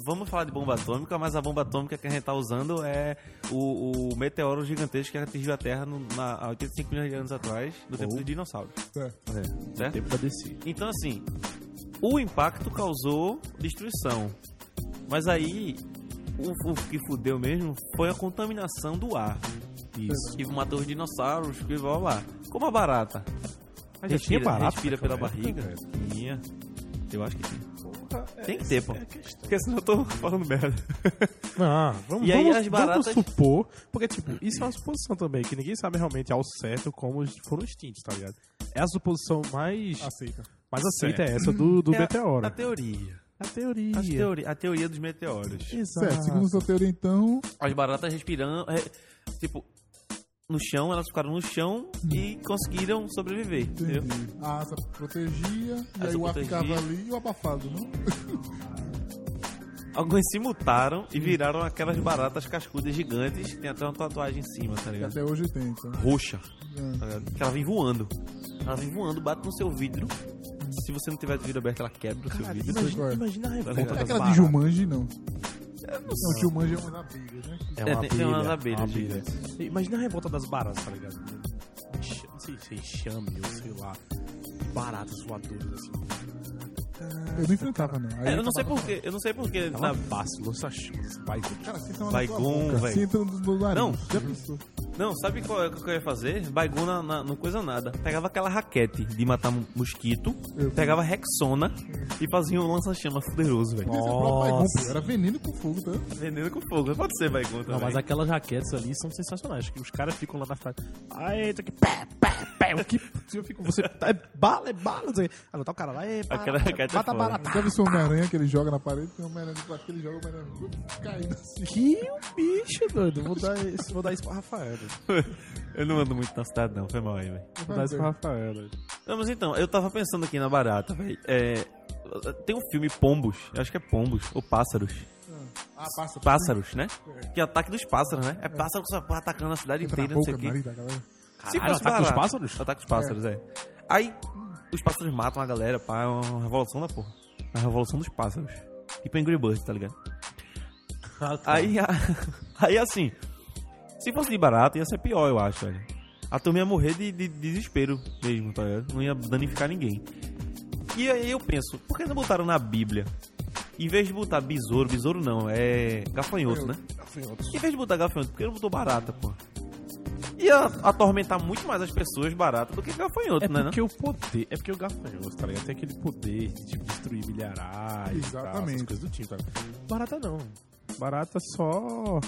[SPEAKER 1] vamos falar de bomba atômica, mas a bomba atômica que a gente tá usando é o, o meteoro gigantesco que atingiu a Terra no, na, há 85 milhões de anos atrás, no tempo
[SPEAKER 4] Ou-
[SPEAKER 1] dos dinossauros.
[SPEAKER 2] É.
[SPEAKER 1] Certo?
[SPEAKER 4] Tempo pra descer.
[SPEAKER 1] Então, assim, o impacto causou destruição. Mas aí, o, o que fudeu mesmo foi a contaminação do ar.
[SPEAKER 4] Isso.
[SPEAKER 1] Que matou os dinossauros, que blá blá blá. Como a barata.
[SPEAKER 4] Mas já tinha barata
[SPEAKER 1] respira pela
[SPEAKER 4] naquela
[SPEAKER 1] barriga. É,
[SPEAKER 4] época,
[SPEAKER 1] Tinha. Eu acho que tinha. Tem que ter, pô. Porque senão eu tô falando merda.
[SPEAKER 4] Ah, vamos,
[SPEAKER 1] E aí
[SPEAKER 4] vamos-
[SPEAKER 1] as baratas-
[SPEAKER 4] vamos supor. Porque, tipo, isso é uma suposição também, que ninguém sabe realmente ao certo como os- foram extintos, tá ligado? É a suposição mais,
[SPEAKER 2] Aceita.
[SPEAKER 4] mais aceita, é essa do, do
[SPEAKER 1] É a-
[SPEAKER 4] meteoro.
[SPEAKER 1] A, teoria.
[SPEAKER 4] A teoria.
[SPEAKER 1] As teori- a teoria dos meteoros.
[SPEAKER 4] Exato.
[SPEAKER 2] Certo, segundo sua teoria, então,
[SPEAKER 1] as baratas respirando, é, tipo, no chão, elas ficaram no chão e conseguiram sobreviver, entendeu?
[SPEAKER 2] entendi. A asa protegia, e
[SPEAKER 1] Asa
[SPEAKER 2] aí o ar
[SPEAKER 1] protegia.
[SPEAKER 2] ficava ali e o abafado, né? não?
[SPEAKER 1] Algumas se mutaram e viraram aquelas baratas cascudas gigantes, que tem até uma tatuagem em cima, tá
[SPEAKER 2] Que
[SPEAKER 1] ligado?
[SPEAKER 2] até hoje tem, então.
[SPEAKER 1] Roxa,
[SPEAKER 2] É.
[SPEAKER 1] tá ligado? Que ela vem voando. Ela vem voando, bate no seu vidro. Se você não tiver o vidro aberto, ela
[SPEAKER 4] Tá
[SPEAKER 1] quebra o seu
[SPEAKER 2] Caralho,
[SPEAKER 1] vidro.
[SPEAKER 2] mas- Imagina-
[SPEAKER 4] a
[SPEAKER 1] revolta
[SPEAKER 2] Não é
[SPEAKER 1] das
[SPEAKER 2] aquela de
[SPEAKER 1] baratas.
[SPEAKER 2] Jumanji, não. Não, Jumanji é uma abelhas, né?
[SPEAKER 4] É
[SPEAKER 1] tem- tem umas abelhas
[SPEAKER 4] uma abelha. Imagina a revolta das baratas, tá ligado? Enxa- Não sei se é enxame ou sei lá. Baratas voadoras assim.
[SPEAKER 2] Eu não enfrentava, não. Aí
[SPEAKER 1] É, eu não sei porquê, eu não sei porquê.
[SPEAKER 4] Ela
[SPEAKER 1] na-
[SPEAKER 4] passa, tá lança chuvas, vai.
[SPEAKER 2] Cara, se entra
[SPEAKER 1] Vai
[SPEAKER 2] na tua
[SPEAKER 1] com,
[SPEAKER 2] boca,
[SPEAKER 1] véi.
[SPEAKER 2] se entra no, no nariz.
[SPEAKER 1] Não.
[SPEAKER 2] Já pensou?
[SPEAKER 1] Não, sabe qual é o que eu ia fazer? Baigon na, na- não coisa nada. Pegava aquela raquete de matar mu- mosquito,
[SPEAKER 2] Eu-
[SPEAKER 1] pegava Rexona e fazia um lança-chama fuderoso, velho.
[SPEAKER 2] Podia ser é o próprio Baigon, pô. Era veneno com fogo, tá?
[SPEAKER 1] Veneno com fogo, pode ser Baigon também.
[SPEAKER 4] Não, mas aquelas raquetes ali são sensacionais. Que os caras ficam lá na frente. Ai, tô aqui. Pé, pé, pé. O que eu fico. Você. É bala, é bala. não sei. Ah, não tá o cara lá. É, para,
[SPEAKER 1] Aquela raquete é
[SPEAKER 4] Mata a
[SPEAKER 1] foda.
[SPEAKER 4] barata.
[SPEAKER 2] Já viu seu Homem-Aranha que ele joga na parede? Tem um Homem-Aranha de plástico que ele joga o Homem-Aranha caindo assim.
[SPEAKER 4] Que bicho, doido. Vou dar isso, vou dar isso pra Rafael. doido.
[SPEAKER 1] Eu não ando muito na cidade, não. Foi mal aí, velho.
[SPEAKER 4] Vou dar isso pra Rafael. doido.
[SPEAKER 1] Não, mas então, eu tava pensando aqui na barata, velho. É, tem um filme Pombos, eu acho que é Pombos, ou Pássaros.
[SPEAKER 2] Ah, passa.
[SPEAKER 1] Pássaros, né? Que é ataque dos pássaros, né? É pássaro que só tá atacando a cidade
[SPEAKER 2] Entra
[SPEAKER 1] inteira,
[SPEAKER 2] na
[SPEAKER 1] não sei
[SPEAKER 2] boca,
[SPEAKER 1] o quê.
[SPEAKER 2] nariz da galera.
[SPEAKER 1] Se
[SPEAKER 4] Caralho,
[SPEAKER 1] fosse
[SPEAKER 4] ataca os
[SPEAKER 1] barata-
[SPEAKER 4] pássaros?
[SPEAKER 1] Ataca os pássaros, é. Aí, os pássaros matam a galera, pá, é uma é revolução da porra. A Revolução dos Pássaros. Tipo Angry Birds, tá ligado? Aí, a- aí assim, se fosse de barato, ia ser pior, eu acho, velho. A turma ia morrer de, de- de desespero mesmo, tá ligado? Não ia danificar ninguém. E aí eu penso, por que não botaram na Bíblia? Em vez de botar besouro, besouro não, é gafanhoto, né? Em vez de botar gafanhoto, por que não botou barata, pô? Ia atormentar muito mais as pessoas barata do que gafanhoto,
[SPEAKER 4] É
[SPEAKER 1] né? não?
[SPEAKER 4] porque o poder. É porque o gafanhoto, tá ligado? Tem aquele poder de tipo, destruir milharais. E tal, essas
[SPEAKER 2] Exatamente.
[SPEAKER 4] coisas do tipo, tá ligado? Barata não. Barata só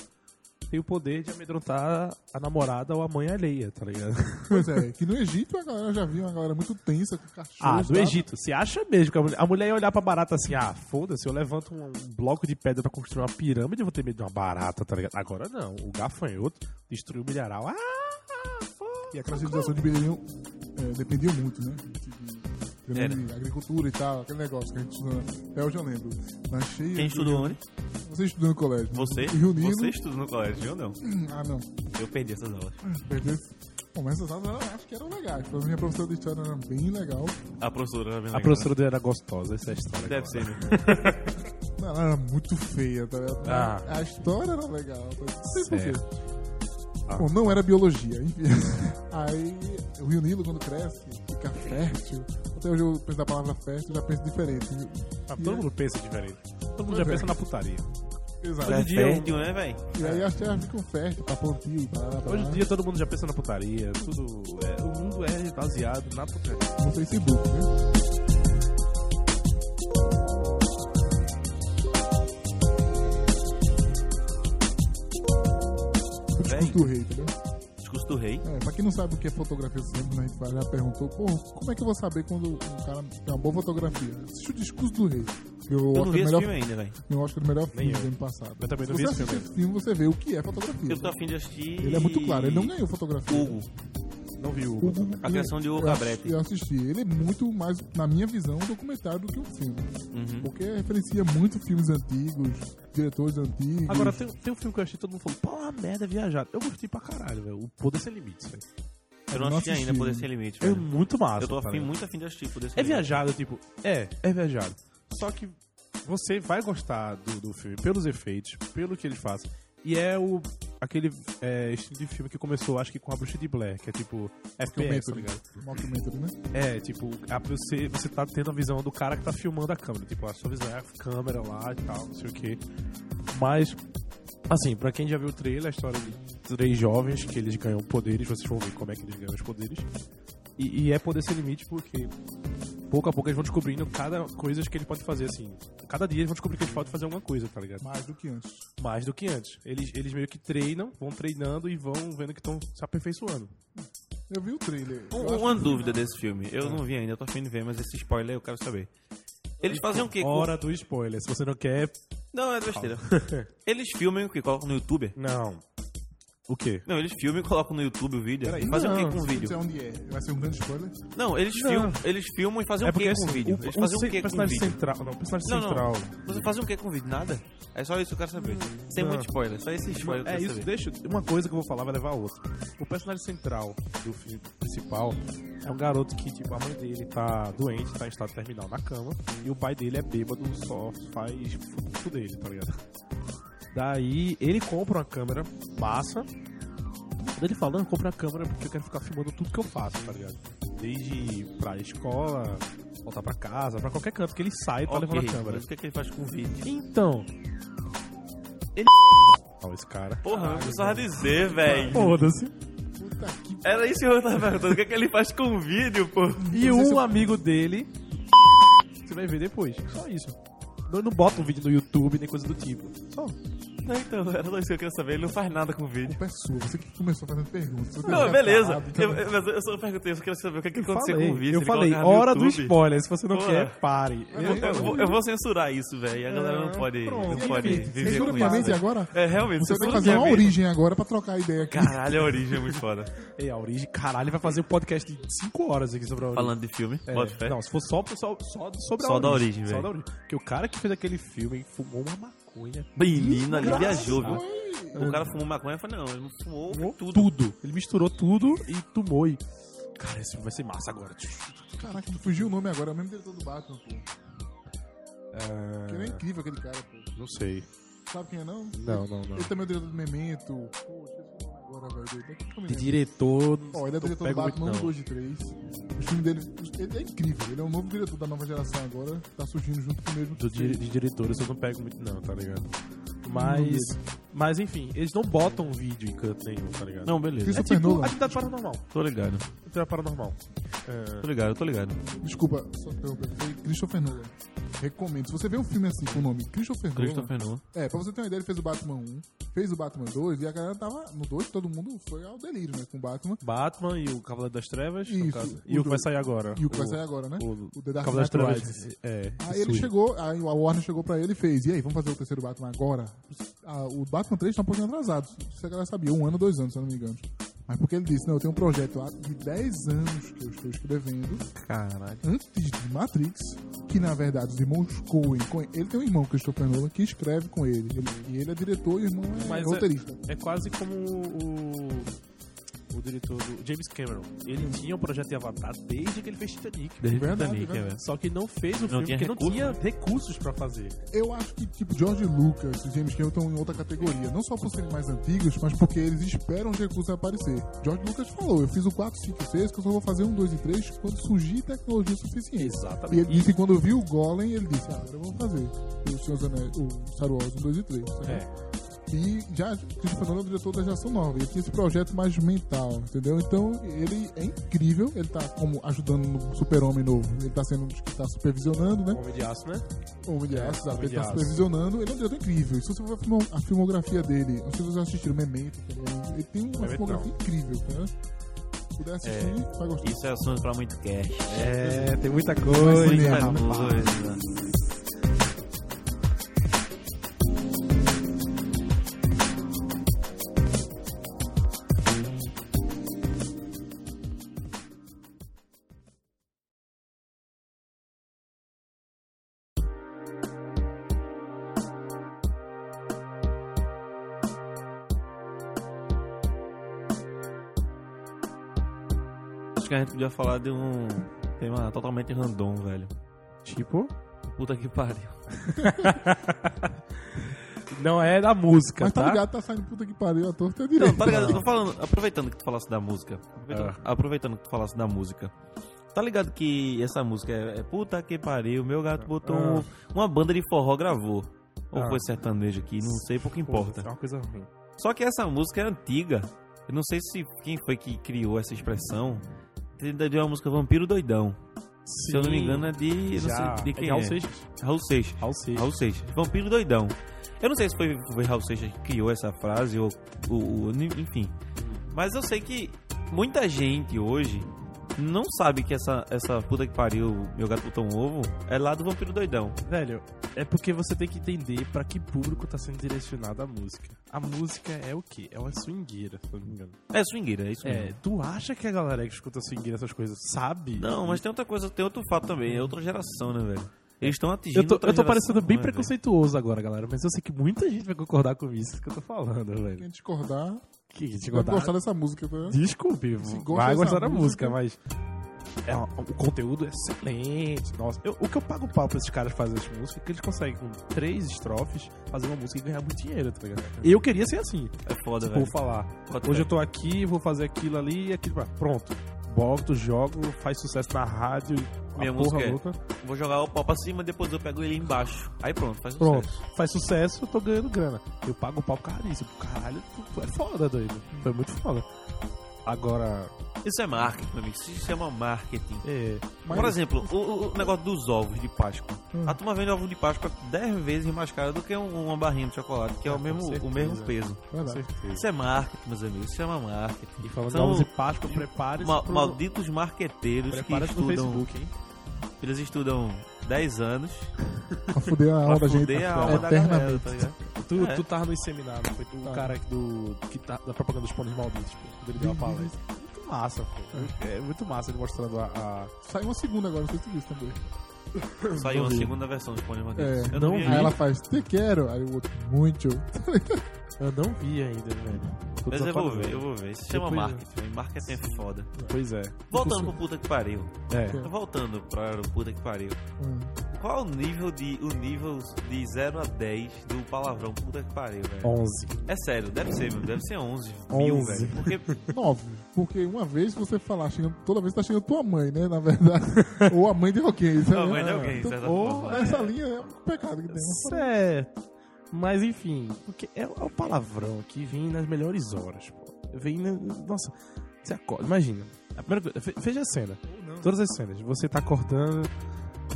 [SPEAKER 4] tem o poder de amedrontar a namorada ou a mãe alheia, tá ligado?
[SPEAKER 2] Pois é, que no Egito a galera já viu uma galera muito tensa com cachorros.
[SPEAKER 4] Ah, do
[SPEAKER 2] tá?
[SPEAKER 4] Egito. Você acha mesmo que a mulher, a mulher ia olhar pra barata assim, ah, foda-se, eu levanto um, um bloco de pedra pra construir uma pirâmide, eu vou ter medo de uma barata, tá ligado? Agora não. O gafanhoto destruiu o milharal. Ah, ah, foda
[SPEAKER 2] E a classificação de Belenio é, dependia muito, né? De, de, de agricultura e tal, aquele negócio que a gente estuda. Até hoje eu lembro. Na cheia.
[SPEAKER 1] Quem estudou onde?
[SPEAKER 2] Você estudou no colégio. né?
[SPEAKER 1] Você?
[SPEAKER 2] Rio Negro.
[SPEAKER 1] Você estudou no colégio, eu não.
[SPEAKER 2] Ah, não.
[SPEAKER 1] Eu perdi essas aulas.
[SPEAKER 2] Perdeu. Bom, mas essas aulas eu acho que eram legais. Pelo menos minha professora de história era bem legal.
[SPEAKER 1] A professora tá era bem
[SPEAKER 4] A
[SPEAKER 1] legal,
[SPEAKER 4] professora dele era gostosa, essa é a
[SPEAKER 1] né?
[SPEAKER 4] história.
[SPEAKER 1] Deve
[SPEAKER 4] agora.
[SPEAKER 1] ser mesmo.
[SPEAKER 2] Não, Ela era muito feia, tá ligado?
[SPEAKER 4] Ah.
[SPEAKER 2] A história era legal. tá? Não sei por quê.
[SPEAKER 4] Ah.
[SPEAKER 2] Bom, não era biologia, enfim. Aí o Rio Nilo, quando cresce, fica fértil. Até hoje eu penso na palavra fértil, já penso diferente. viu?
[SPEAKER 4] Ah,
[SPEAKER 2] E
[SPEAKER 4] todo
[SPEAKER 2] é-
[SPEAKER 4] mundo pensa diferente. Todo mundo já
[SPEAKER 2] Pois é.
[SPEAKER 4] pensa na putaria.
[SPEAKER 2] Exato.
[SPEAKER 1] É
[SPEAKER 4] Hoje em dia eu-
[SPEAKER 1] fértil, né, velho?
[SPEAKER 2] E aí as terras ficam férteis pra plantio e tal.
[SPEAKER 4] Hoje em dia todo mundo já pensa na putaria. Tudo é- o mundo é baseado na putaria.
[SPEAKER 2] No Facebook, né? O discurso do rei, entendeu?
[SPEAKER 1] Discurso do rei.
[SPEAKER 2] É, pra quem não sabe o que é fotografia sempre, né, a gente já perguntou, pô, como é que eu vou saber quando um cara tem uma boa fotografia? Assiste o discurso do rei. Eu, é
[SPEAKER 1] Eu não
[SPEAKER 4] é
[SPEAKER 1] vi esse
[SPEAKER 2] melhor,
[SPEAKER 1] filme ainda, velho.
[SPEAKER 2] eu acho que é o melhor filme
[SPEAKER 4] eu.
[SPEAKER 2] do ano passado.
[SPEAKER 4] Eu também não
[SPEAKER 2] Se
[SPEAKER 4] vi
[SPEAKER 2] você
[SPEAKER 4] esse
[SPEAKER 2] assiste
[SPEAKER 4] filme
[SPEAKER 2] esse filme, você vê o que é fotografia.
[SPEAKER 1] Eu tô afim de assistir. Uhum.
[SPEAKER 2] Ele é muito claro, ele não ganhou fotografia.
[SPEAKER 1] Hugo.
[SPEAKER 4] Não viu?
[SPEAKER 2] O Hugo-
[SPEAKER 1] A criação de Hugo
[SPEAKER 2] Uhum. eu ass-
[SPEAKER 1] Cabretti.
[SPEAKER 2] Eu assisti. Ele é muito mais, na minha visão, um documentário do que um filme.
[SPEAKER 1] Uhum.
[SPEAKER 2] Porque referencia muito filmes antigos, diretores antigos.
[SPEAKER 4] Agora, tem, tem um filme que eu achei todo mundo falou, pô, uma merda, é viajado. Eu gostei pra caralho, velho. O Poder Sem Limites, velho.
[SPEAKER 1] Eu não
[SPEAKER 2] não
[SPEAKER 1] assisti ainda
[SPEAKER 2] assisti.
[SPEAKER 1] Poder Sem Limite,
[SPEAKER 4] É
[SPEAKER 1] velho.
[SPEAKER 4] muito massa.
[SPEAKER 1] Eu tô
[SPEAKER 4] tá
[SPEAKER 1] afim,
[SPEAKER 4] ligado?
[SPEAKER 1] muito afim de assistir Poder Sem
[SPEAKER 4] É
[SPEAKER 1] Limite.
[SPEAKER 4] viajado, tipo, é, é viajado. Só que você vai gostar do, do filme pelos efeitos, pelo que ele faz. E é o aquele é, estilo de filme que começou, acho que com a Bruxa de Blair, que é tipo FPS, tá
[SPEAKER 2] Documentary.
[SPEAKER 4] ligado?
[SPEAKER 2] Documentary, né?
[SPEAKER 4] É, tipo, a- você, você tá tendo a visão do cara que tá filmando a câmera. Tipo, a sua visão é a câmera lá e tal, não sei o quê. Mas, assim, pra quem já viu o trailer, a história de três jovens que eles ganham poderes, vocês vão ver como é que eles ganham os poderes. E, e é poder sem limite porque pouco a pouco eles vão descobrindo cada coisa que eles podem fazer, assim. Cada dia eles vão descobrir que eles podem fazer alguma coisa, tá ligado?
[SPEAKER 2] Mais do que antes.
[SPEAKER 4] mais do que antes. Eles, eles meio que treinam, vão treinando e vão vendo que estão se aperfeiçoando.
[SPEAKER 2] Eu vi o trailer.
[SPEAKER 1] Um-
[SPEAKER 2] Eu acho
[SPEAKER 1] uma dúvida desse filme. Eu não vi ainda, eu tô afim de ver, mas esse spoiler eu quero saber. Eles fazem o quê? com-
[SPEAKER 4] Então, Hora do spoiler. Se você não quer,
[SPEAKER 1] Não, é besteira. Eles filmam o quê? Colocam no YouTube?
[SPEAKER 4] não. O quê?
[SPEAKER 1] Não, eles filmam e colocam no YouTube o vídeo.
[SPEAKER 4] Peraí,
[SPEAKER 1] Fazem o
[SPEAKER 4] não,
[SPEAKER 1] quê com o
[SPEAKER 2] que- Não sei
[SPEAKER 1] vídeo?
[SPEAKER 2] onde é. Vai ser um grande spoiler.
[SPEAKER 1] Não, eles
[SPEAKER 4] Não.
[SPEAKER 1] filmam, eles filmam e fazem
[SPEAKER 4] é
[SPEAKER 1] o quê
[SPEAKER 4] porque
[SPEAKER 1] com
[SPEAKER 4] assim,
[SPEAKER 1] o vídeo?
[SPEAKER 4] o,
[SPEAKER 1] Eles
[SPEAKER 4] o
[SPEAKER 1] fazem o
[SPEAKER 4] ce-
[SPEAKER 1] quê com o
[SPEAKER 4] personagem
[SPEAKER 1] vídeo?
[SPEAKER 4] central. Não, o personagem
[SPEAKER 1] Não,
[SPEAKER 4] central.
[SPEAKER 1] não. Você fazem o quê com o vídeo? Nada? É só isso que eu quero saber. Sem
[SPEAKER 4] Não.
[SPEAKER 1] muito spoiler, só esse spoiler que eu
[SPEAKER 4] É
[SPEAKER 1] quero
[SPEAKER 4] isso,
[SPEAKER 1] saber.
[SPEAKER 4] deixa. Uma coisa que eu vou falar vai levar a outra. O personagem central do filme principal é um garoto que, tipo, a mãe dele tá doente, tá em estado terminal na cama, e o pai dele é bêbado, só faz fufu dele, tá ligado? Daí ele compra uma câmera massa. Quando ele fala, não, compra a câmera porque eu quero ficar filmando tudo que eu faço, tá ligado? Desde pra escola, voltar pra casa, pra qualquer canto que ele sai e tá
[SPEAKER 1] Ok,
[SPEAKER 4] levando a câmera.
[SPEAKER 1] mas o que, é que ele faz com o vídeo?
[SPEAKER 4] Então. Ele. Esse cara.
[SPEAKER 1] Porra, eu precisava dizer, velho.
[SPEAKER 4] Foda-se.
[SPEAKER 2] Puta que
[SPEAKER 1] Era isso que eu tava perguntando. O que, é que ele faz com o vídeo, pô?
[SPEAKER 4] E
[SPEAKER 2] sei se
[SPEAKER 4] um
[SPEAKER 2] eu-
[SPEAKER 4] amigo dele. Você vai ver depois. Só isso. Não, não bota um vídeo no YouTube nem coisa do tipo. Só.
[SPEAKER 1] Não, então, era só isso que eu queria saber. Ele não faz nada com o vídeo.
[SPEAKER 2] culpa é sua. Você que começou fazendo perguntas. Você
[SPEAKER 1] Não,
[SPEAKER 2] deu
[SPEAKER 4] tá
[SPEAKER 1] beleza.
[SPEAKER 2] uma caralhada,
[SPEAKER 1] Eu,
[SPEAKER 2] então-
[SPEAKER 1] eu, mas eu só perguntei, eu só queria saber o que, é que aconteceu
[SPEAKER 4] falei,
[SPEAKER 1] com o vídeo.
[SPEAKER 4] eu
[SPEAKER 1] ele
[SPEAKER 4] falei,
[SPEAKER 1] colocava no
[SPEAKER 4] hora do
[SPEAKER 1] YouTube.
[SPEAKER 4] spoiler. Se você não
[SPEAKER 1] Pô.
[SPEAKER 4] quer, pare.
[SPEAKER 1] Eu, eu vou- eu vou censurar isso, velho. A galera não
[SPEAKER 4] Ah,
[SPEAKER 1] pode, não
[SPEAKER 4] pronto.
[SPEAKER 1] pode
[SPEAKER 4] Enfim,
[SPEAKER 1] viver
[SPEAKER 2] Censura
[SPEAKER 1] com
[SPEAKER 2] minha
[SPEAKER 1] isso.
[SPEAKER 2] mente
[SPEAKER 1] velho.
[SPEAKER 2] agora?
[SPEAKER 1] É, realmente.
[SPEAKER 2] Você tem
[SPEAKER 1] censura
[SPEAKER 2] que fazer
[SPEAKER 1] minha
[SPEAKER 2] uma
[SPEAKER 1] mente.
[SPEAKER 2] origem agora pra trocar a ideia aqui.
[SPEAKER 1] Caralho, a origem é muito foda.
[SPEAKER 4] Ei, a origem. Caralho, vai fazer um podcast de 5 horas aqui sobre a origem.
[SPEAKER 1] Falando de filme,
[SPEAKER 4] É,
[SPEAKER 1] pode fé.
[SPEAKER 4] não, se for só, só, só sobre a
[SPEAKER 1] Só
[SPEAKER 4] origem.
[SPEAKER 1] da origem,
[SPEAKER 4] Só
[SPEAKER 1] velho.
[SPEAKER 4] da origem. Porque o cara que fez aquele filme fumou uma maconha.
[SPEAKER 1] Menino ali viajou,
[SPEAKER 2] Ai,
[SPEAKER 1] viu? O cara fumou maconha e falou, não, ele não fumou
[SPEAKER 4] Fumou
[SPEAKER 1] tudo.
[SPEAKER 4] tudo. Ele misturou tudo e tomou. E... Cara, esse filme vai ser massa agora.
[SPEAKER 2] Caraca, fugiu o nome agora. É o mesmo diretor do Batman, pô. Que ele é incrível aquele cara, pô.
[SPEAKER 4] Não sei.
[SPEAKER 2] Sabe quem é não?
[SPEAKER 4] Não, não, não.
[SPEAKER 2] Ele também é o diretor do Memento. Pô, esqueci o nome agora, velho. dele. Como é que
[SPEAKER 4] De
[SPEAKER 2] eu me lembro?
[SPEAKER 4] diretor.
[SPEAKER 2] Ó, ele é
[SPEAKER 4] tô
[SPEAKER 2] diretor do
[SPEAKER 4] pego muito,
[SPEAKER 2] Batman 1,
[SPEAKER 4] não.
[SPEAKER 2] 2 e 3. O filme dele ele é incrível. Ele é um novo diretor da nova geração agora. Tá surgindo junto com o mesmo.
[SPEAKER 4] do di- de diretores eu não pego muito não, tá ligado? Mas, mas enfim, eles não botam vídeo em canto nenhum, tá ligado?
[SPEAKER 1] Não, beleza.
[SPEAKER 2] Isso-
[SPEAKER 4] é
[SPEAKER 2] Christopher
[SPEAKER 4] tipo
[SPEAKER 2] Nolan.
[SPEAKER 4] atividade paranormal.
[SPEAKER 1] Tô ligado.
[SPEAKER 4] Atividade paranormal. É,
[SPEAKER 1] Tô ligado, tô ligado.
[SPEAKER 2] Desculpa, só interromper. Foi Christopher Nolan. Recomendo. Se você vê um filme assim com o nome Christopher,
[SPEAKER 1] Christopher
[SPEAKER 2] Nolan.
[SPEAKER 1] Nolan.
[SPEAKER 2] É, pra você ter uma ideia, ele fez o Batman 1, fez o Batman 2 e a galera tava. No 2 todo mundo foi ao delírio, né? Com o Batman.
[SPEAKER 4] Batman e o Cavaleiro das Trevas, no
[SPEAKER 2] Isso,
[SPEAKER 4] caso.
[SPEAKER 2] o
[SPEAKER 4] E o que vai
[SPEAKER 2] dois.
[SPEAKER 4] sair agora.
[SPEAKER 2] E o que vai sair agora, né?
[SPEAKER 4] o-
[SPEAKER 2] The Dark
[SPEAKER 4] Cavaleiro das
[SPEAKER 2] Knight
[SPEAKER 4] Trevas.
[SPEAKER 2] Rises.
[SPEAKER 4] É.
[SPEAKER 2] Aí ele
[SPEAKER 4] Sui.
[SPEAKER 2] chegou, aí a Warner chegou pra ele e fez, e aí, vamos fazer o terceiro Batman agora? Ah, o Batman 3 tá um pouquinho atrasado, se a galera sabia, um ano, dois anos, se eu não me engano. Mas porque ele disse, não, eu tenho um projeto há- de 10 anos que eu estou escrevendo,
[SPEAKER 4] Caralho.
[SPEAKER 2] antes de Matrix, que na verdade os irmãos Coen, Coen- ele tem um irmão, Christopher Nolan, que escreve com ele, Ele- e ele é diretor e o irmão é
[SPEAKER 4] Mas é-
[SPEAKER 2] roteirista.
[SPEAKER 4] É quase como o. O diretor do James Cameron. Ele tinha o projeto de Avatar desde que ele fez Titanic. Né?
[SPEAKER 1] Desde
[SPEAKER 2] Verdade,
[SPEAKER 1] Titanic,
[SPEAKER 2] verdade.
[SPEAKER 1] é, velho.
[SPEAKER 4] Só que não fez o filme
[SPEAKER 1] tinha
[SPEAKER 4] porque não
[SPEAKER 1] recurso,
[SPEAKER 4] tinha recursos pra fazer.
[SPEAKER 2] Eu acho que, tipo, George Lucas e James Cameron estão em outra categoria. Não só por serem mais antigos, mas porque eles esperam os recursos aparecer. George Lucas falou, eu fiz o 4, 5 e 6, que eu só vou fazer um, 2 e 3 quando surgir tecnologia suficiente. E
[SPEAKER 4] Exatamente.
[SPEAKER 2] ele disse que quando viu o Golem, ele disse, ah, agora eu vou fazer o, Senhor dos Anéis, o Star Wars 1, 2 e 3.
[SPEAKER 4] É.
[SPEAKER 2] E já Christopher Nolan é o diretor da geração nova. Ele tinha esse projeto mais mental, entendeu? Então ele é incrível. Ele tá como ajudando no Super-Homem novo. Ele tá sendo um dos que tá supervisionando, né?
[SPEAKER 4] Homem de Aço, né?
[SPEAKER 2] O William
[SPEAKER 4] É,
[SPEAKER 2] Aço, sabe?
[SPEAKER 4] Homem
[SPEAKER 2] Ele
[SPEAKER 4] de
[SPEAKER 2] tá
[SPEAKER 4] Aço.
[SPEAKER 2] supervisionando, ele é um diretor incrível. E Se você for ver a filmo- a filmografia dele, não sei se vocês já assistiram Memento também. Ele tem uma
[SPEAKER 4] Memento
[SPEAKER 2] filmografia incrível, cara. Se puder assistir, vai gostar.
[SPEAKER 1] Isso é assunto pra muito cash. né?
[SPEAKER 4] É, tem muita
[SPEAKER 2] Olha,
[SPEAKER 1] Muita
[SPEAKER 2] rapaz.
[SPEAKER 1] coisa. Acho que a gente podia falar de um tema totalmente random, velho.
[SPEAKER 4] Tipo?
[SPEAKER 1] Puta que pariu.
[SPEAKER 4] Não é da música,
[SPEAKER 2] Mas
[SPEAKER 4] tá?
[SPEAKER 2] tá ligado, tá saindo puta que pariu, a torta é direito.
[SPEAKER 1] Não, tá ligado? Eu tô falando, aproveitando que tu falasse da música. Aproveitando,
[SPEAKER 4] Ah.
[SPEAKER 1] aproveitando que tu falasse da música. Tá ligado que essa música é, é puta que pariu, meu gato botou um- uma banda de forró gravou. Ou
[SPEAKER 4] Ah.
[SPEAKER 1] foi sertanejo aqui, não sei, pouco importa.
[SPEAKER 4] Isso É uma coisa ruim.
[SPEAKER 1] Só que essa música é antiga. Eu não sei se quem foi que criou essa expressão. De uma música Vampiro Doidão. Se eu não me engano é de. eu Não
[SPEAKER 4] Já.
[SPEAKER 1] sei de quem
[SPEAKER 4] é
[SPEAKER 1] é.
[SPEAKER 4] Raul Seixas.
[SPEAKER 1] Raul Seixas.
[SPEAKER 4] Raul Seixas.
[SPEAKER 1] Raul Seixas. Vampiro doidão. Eu não sei se foi, foi Raul Seixas que criou essa frase ou, ou- ou- enfim. Mas eu sei que muita gente hoje não sabe que essa, essa puta que pariu, meu gato botou um ovo, é lá do Vampiro Doidão.
[SPEAKER 4] Velho, é porque você tem que entender pra que público tá sendo direcionada a música. A música é o quê? É uma swingueira, se eu não me engano.
[SPEAKER 1] É swingueira, é isso mesmo.
[SPEAKER 4] É, tu acha que a galera que escuta swingueira essas coisas sabe?
[SPEAKER 1] Não, mas tá tem outra coisa, tem outro fato também, é outra geração, né, velho? Eles estão atingindo
[SPEAKER 4] Eu tô,
[SPEAKER 1] outra
[SPEAKER 4] eu tô
[SPEAKER 1] geração,
[SPEAKER 4] parecendo bem
[SPEAKER 1] né, velho?
[SPEAKER 4] preconceituoso agora, galera, mas eu sei que muita gente vai concordar com isso que eu tô falando, velho.
[SPEAKER 2] Quem discordar,
[SPEAKER 4] Que te
[SPEAKER 2] vai
[SPEAKER 4] contar?
[SPEAKER 2] gostar dessa música, tá ligado?
[SPEAKER 4] Desculpe,
[SPEAKER 2] gosta
[SPEAKER 4] vai
[SPEAKER 2] dessa
[SPEAKER 4] gostar da
[SPEAKER 2] música-
[SPEAKER 4] música, mas. é uma- o conteúdo é excelente. Nossa, eu- o que eu pago pau pra esses caras fazerem essa música é que eles conseguem, com três estrofes, fazer uma música e ganhar muito dinheiro, tá ligado?
[SPEAKER 1] Uhum.
[SPEAKER 4] Eu queria ser assim,
[SPEAKER 1] É foda,
[SPEAKER 4] vou
[SPEAKER 1] velho.
[SPEAKER 4] falar.
[SPEAKER 1] Bota
[SPEAKER 4] Hoje
[SPEAKER 1] fé.
[SPEAKER 4] eu tô aqui, vou fazer aquilo ali e aquilo. pra- Pronto. Boto, jogo, faz sucesso na rádio, a
[SPEAKER 1] Minha
[SPEAKER 4] porra
[SPEAKER 1] música é-
[SPEAKER 4] louca.
[SPEAKER 1] Vou jogar o pau pra cima, depois eu pego ele embaixo. Aí pronto, faz um
[SPEAKER 4] Pronto.
[SPEAKER 1] sucesso.
[SPEAKER 4] Faz sucesso, eu tô ganhando grana. Eu pago o pau por causa disso. Caralho, tu, tu é foda, doido. Foi muito foda. Agora,
[SPEAKER 1] Isso é marketing, meu amigo. Isso se chama marketing.
[SPEAKER 4] é.
[SPEAKER 2] Mas-
[SPEAKER 1] Por exemplo, o- o, o negócio dos ovos de Páscoa. A turma vende ovo de Páscoa 10 vezes mais caro do que um- uma barrinha de chocolate, que é, o,
[SPEAKER 4] com
[SPEAKER 1] mesmo, o
[SPEAKER 4] certeza.
[SPEAKER 1] mesmo peso.
[SPEAKER 4] Com
[SPEAKER 2] Verdade.
[SPEAKER 4] certeza.
[SPEAKER 1] Isso é marketing, meus amigos. Isso chama marketing.
[SPEAKER 4] E falando
[SPEAKER 1] São
[SPEAKER 4] São... de Páscoa, prepare-se.
[SPEAKER 1] Ma-
[SPEAKER 4] pro-
[SPEAKER 1] Malditos marqueteiros que
[SPEAKER 4] Prepara-se no
[SPEAKER 1] estudam.
[SPEAKER 4] Facebook, hein?
[SPEAKER 1] Eles estudam 10 anos
[SPEAKER 2] Pra fuder a alma da
[SPEAKER 1] pra
[SPEAKER 2] gente. tá
[SPEAKER 1] fuder a alma da galera,
[SPEAKER 2] eternamente.
[SPEAKER 1] tá ligado?
[SPEAKER 4] Tu,
[SPEAKER 1] É.
[SPEAKER 4] tu tava nos seminários, foi tu,
[SPEAKER 2] Tá.
[SPEAKER 4] o cara que do. Que tá, da propaganda dos pôneis malditos, pô. Quando ele deu a
[SPEAKER 1] Uhum.
[SPEAKER 4] palestra. Muito massa, pô. É muito massa ele mostrando a. a-
[SPEAKER 2] Sai uma segunda agora, não sei se isso também.
[SPEAKER 1] Saiu a
[SPEAKER 4] vi.
[SPEAKER 1] segunda versão de Pônei
[SPEAKER 2] É,
[SPEAKER 1] Malditos. Eu
[SPEAKER 4] não
[SPEAKER 1] não vi
[SPEAKER 4] vi.
[SPEAKER 2] Aí ela
[SPEAKER 1] ainda.
[SPEAKER 2] faz, te quero. Aí o outro, muito.
[SPEAKER 4] Eu não vi ainda, velho. Tô
[SPEAKER 1] Mas eu vou
[SPEAKER 4] desapontado.
[SPEAKER 1] ver, eu vou ver. Isso chama
[SPEAKER 4] Depois-
[SPEAKER 1] marketing. velho. Marketing é foda.
[SPEAKER 4] Pois é.
[SPEAKER 1] Voltando pro puta que pariu.
[SPEAKER 4] É.
[SPEAKER 1] Voltando pra puta que pariu.
[SPEAKER 2] Hum.
[SPEAKER 1] Qual o nível de o nível de 0 a 10 do palavrão? Puta que pariu, velho.
[SPEAKER 4] 11.
[SPEAKER 1] É sério, deve ser, mano. Deve ser 11. Mil,
[SPEAKER 4] 11.
[SPEAKER 1] velho. Porque,
[SPEAKER 2] Nove. Porque uma vez você falar, chegando, toda vez tá chegando tua mãe, né? Na verdade. Ou a mãe de alguém. sabe?
[SPEAKER 1] A mãe de alguém,
[SPEAKER 2] Então,
[SPEAKER 1] de certa
[SPEAKER 2] Ou
[SPEAKER 1] forma,
[SPEAKER 2] essa
[SPEAKER 1] é.
[SPEAKER 2] linha é um pecado que tem. Uma parada-
[SPEAKER 4] Certo. Mas enfim, porque é, é o palavrão que vem nas melhores horas, pô. Vem na, Nossa, você acorda, imagina. A primeira coisa, ve- veja a cena. Todas as cenas. Você tá acordando.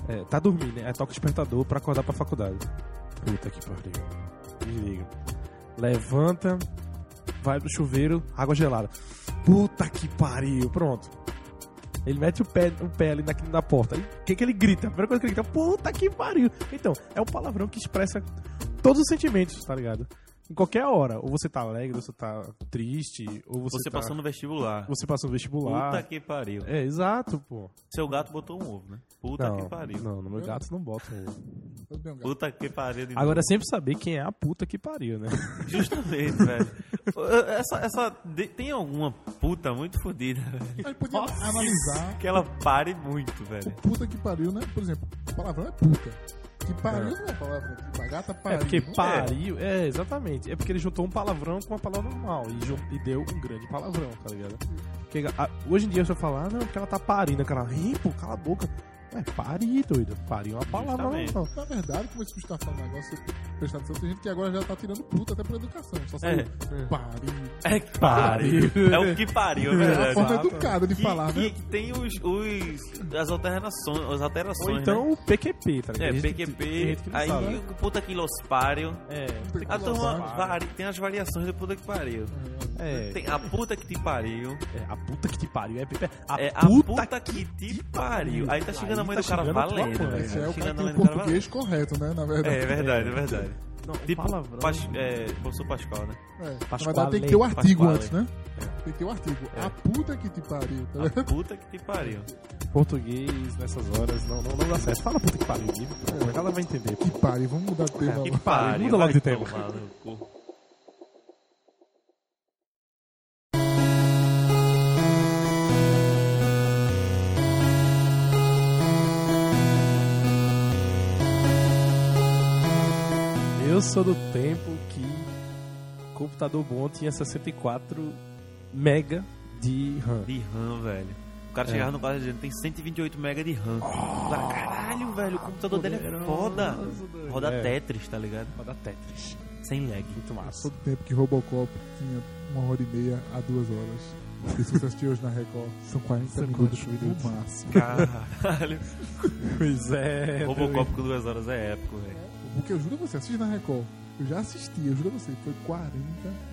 [SPEAKER 4] É, tá dormindo, né? Aí toca o despertador pra acordar pra faculdade. Puta que pariu. Desliga. Levanta, vai pro chuveiro, água gelada. Puta que pariu. Pronto. Ele mete o pé, o pé ali na, na porta. Aí, O que, que ele grita? A primeira coisa que ele grita, puta que pariu. Então, é um palavrão que expressa todos os sentimentos, tá ligado? Em qualquer hora. Ou você tá alegre, ou você tá triste, ou você,
[SPEAKER 1] você
[SPEAKER 4] tá-
[SPEAKER 1] passou no vestibular.
[SPEAKER 4] Você passou no vestibular.
[SPEAKER 1] Puta que pariu.
[SPEAKER 4] É, exato, pô.
[SPEAKER 1] Seu gato botou um ovo, né? Puta
[SPEAKER 4] não,
[SPEAKER 1] que pariu.
[SPEAKER 4] Não, no meu gato não bota um ovo.
[SPEAKER 2] Eu tenho um gato.
[SPEAKER 1] Puta que pariu de
[SPEAKER 4] Agora é sempre saber quem é a puta que pariu, né?
[SPEAKER 1] novo. Justamente, velho. Essa, essa, de- tem alguma puta muito fodida, velho.
[SPEAKER 2] Aí podia analisar
[SPEAKER 1] Que ela pare muito, velho.
[SPEAKER 2] o puta que pariu, né? Por exemplo, palavrão é puta. Que pariu não é palavrão. Que gata pariu.
[SPEAKER 4] É porque
[SPEAKER 2] não
[SPEAKER 4] pariu. É, exatamente. É porque ele juntou um palavrão com uma palavra normal e, jun- e deu um grande palavrão, tá ligado? Porque a- hoje em dia você fala, ah, não, porque ela tá parindo, aquela, ih, pô, cala a boca. Ué, pari, doido. Pari é uma palavra
[SPEAKER 1] Justamente.
[SPEAKER 4] normal.
[SPEAKER 2] Na verdade, como esse bicho tá falando negócio, você prestar atenção, tem gente que agora já tá tirando puta até por educação. Só saiu
[SPEAKER 1] É.
[SPEAKER 2] pariu.
[SPEAKER 1] É que pariu. É o que pariu, é
[SPEAKER 2] É a
[SPEAKER 1] verdade.
[SPEAKER 2] forma educada de
[SPEAKER 1] Que,
[SPEAKER 2] falar,
[SPEAKER 1] que,
[SPEAKER 2] né?
[SPEAKER 1] que tem os, os, as alterações, as alterações
[SPEAKER 4] Ou
[SPEAKER 1] né?
[SPEAKER 4] então o PQP, tá ligado?
[SPEAKER 1] É,
[SPEAKER 4] Tem gente que- tem
[SPEAKER 1] PQP,
[SPEAKER 4] gente que não É,
[SPEAKER 1] aí
[SPEAKER 4] sabe.
[SPEAKER 1] o puta que los pariu.
[SPEAKER 4] É,
[SPEAKER 1] A turma
[SPEAKER 4] pariu.
[SPEAKER 1] vari, tem as variações do puta que pariu.
[SPEAKER 4] é,
[SPEAKER 1] Tem a puta que te pariu.
[SPEAKER 4] é, a puta que te pariu. É,
[SPEAKER 1] é
[SPEAKER 4] a,
[SPEAKER 1] a
[SPEAKER 4] puta,
[SPEAKER 1] puta que te pariu. Aí tá chegando a mãe
[SPEAKER 4] tá
[SPEAKER 1] do cara
[SPEAKER 4] chegando a tua
[SPEAKER 1] valendo.
[SPEAKER 4] mãe.
[SPEAKER 1] velho.
[SPEAKER 2] Esse é o cara
[SPEAKER 1] Chegando
[SPEAKER 2] que
[SPEAKER 1] a
[SPEAKER 2] tem
[SPEAKER 1] mãe
[SPEAKER 2] o
[SPEAKER 1] do cara valendo.
[SPEAKER 2] português correto, né? Na verdade.
[SPEAKER 1] É verdade, é verdade.
[SPEAKER 4] Não, um
[SPEAKER 1] Tipo,
[SPEAKER 4] palavrão.
[SPEAKER 1] Pas, é, professor Pascoal, né?
[SPEAKER 2] É,
[SPEAKER 4] Pascoal
[SPEAKER 2] Na verdade, tem que ter o
[SPEAKER 4] Lei,
[SPEAKER 2] artigo
[SPEAKER 1] Pascoal É.
[SPEAKER 2] antes, né? Tem que ter o artigo. A puta que te pariu. tá ligado?
[SPEAKER 1] A puta que te pariu.
[SPEAKER 4] português nessas horas não, não, não dá certo. Fala puta que pariu, Guido, pô, como é que ela vai entender?
[SPEAKER 2] Que pariu, vamos mudar de tema.
[SPEAKER 4] Que
[SPEAKER 2] logo.
[SPEAKER 4] pariu,
[SPEAKER 1] Pariu,
[SPEAKER 4] muda logo
[SPEAKER 1] vai
[SPEAKER 4] de tema.
[SPEAKER 1] tomar no cu.
[SPEAKER 4] Eu sou do tempo que computador bom tinha 64 mega de RAM.
[SPEAKER 1] De RAM, velho. O cara
[SPEAKER 4] É.
[SPEAKER 1] chegava no quarto dizendo, tem 128 mega de RAM. Cara,
[SPEAKER 4] Ah.
[SPEAKER 1] Caralho, velho, o computador dele é foda. Roda
[SPEAKER 4] É.
[SPEAKER 1] Tetris, tá ligado?
[SPEAKER 4] Roda Tetris.
[SPEAKER 1] Sem lag.
[SPEAKER 4] Muito massa.
[SPEAKER 2] Todo tempo que Robocop tinha uma hora e meia a duas horas. E se você assistir hoje na Record, são 40
[SPEAKER 4] São
[SPEAKER 2] minutos
[SPEAKER 4] 40 minutos.
[SPEAKER 2] no máximo.
[SPEAKER 1] Caralho.
[SPEAKER 4] Pois é.
[SPEAKER 1] Robocop com duas horas é épico, velho.
[SPEAKER 2] Porque eu juro a você, assiste na Record. Eu já assisti, eu juro a você, foi 40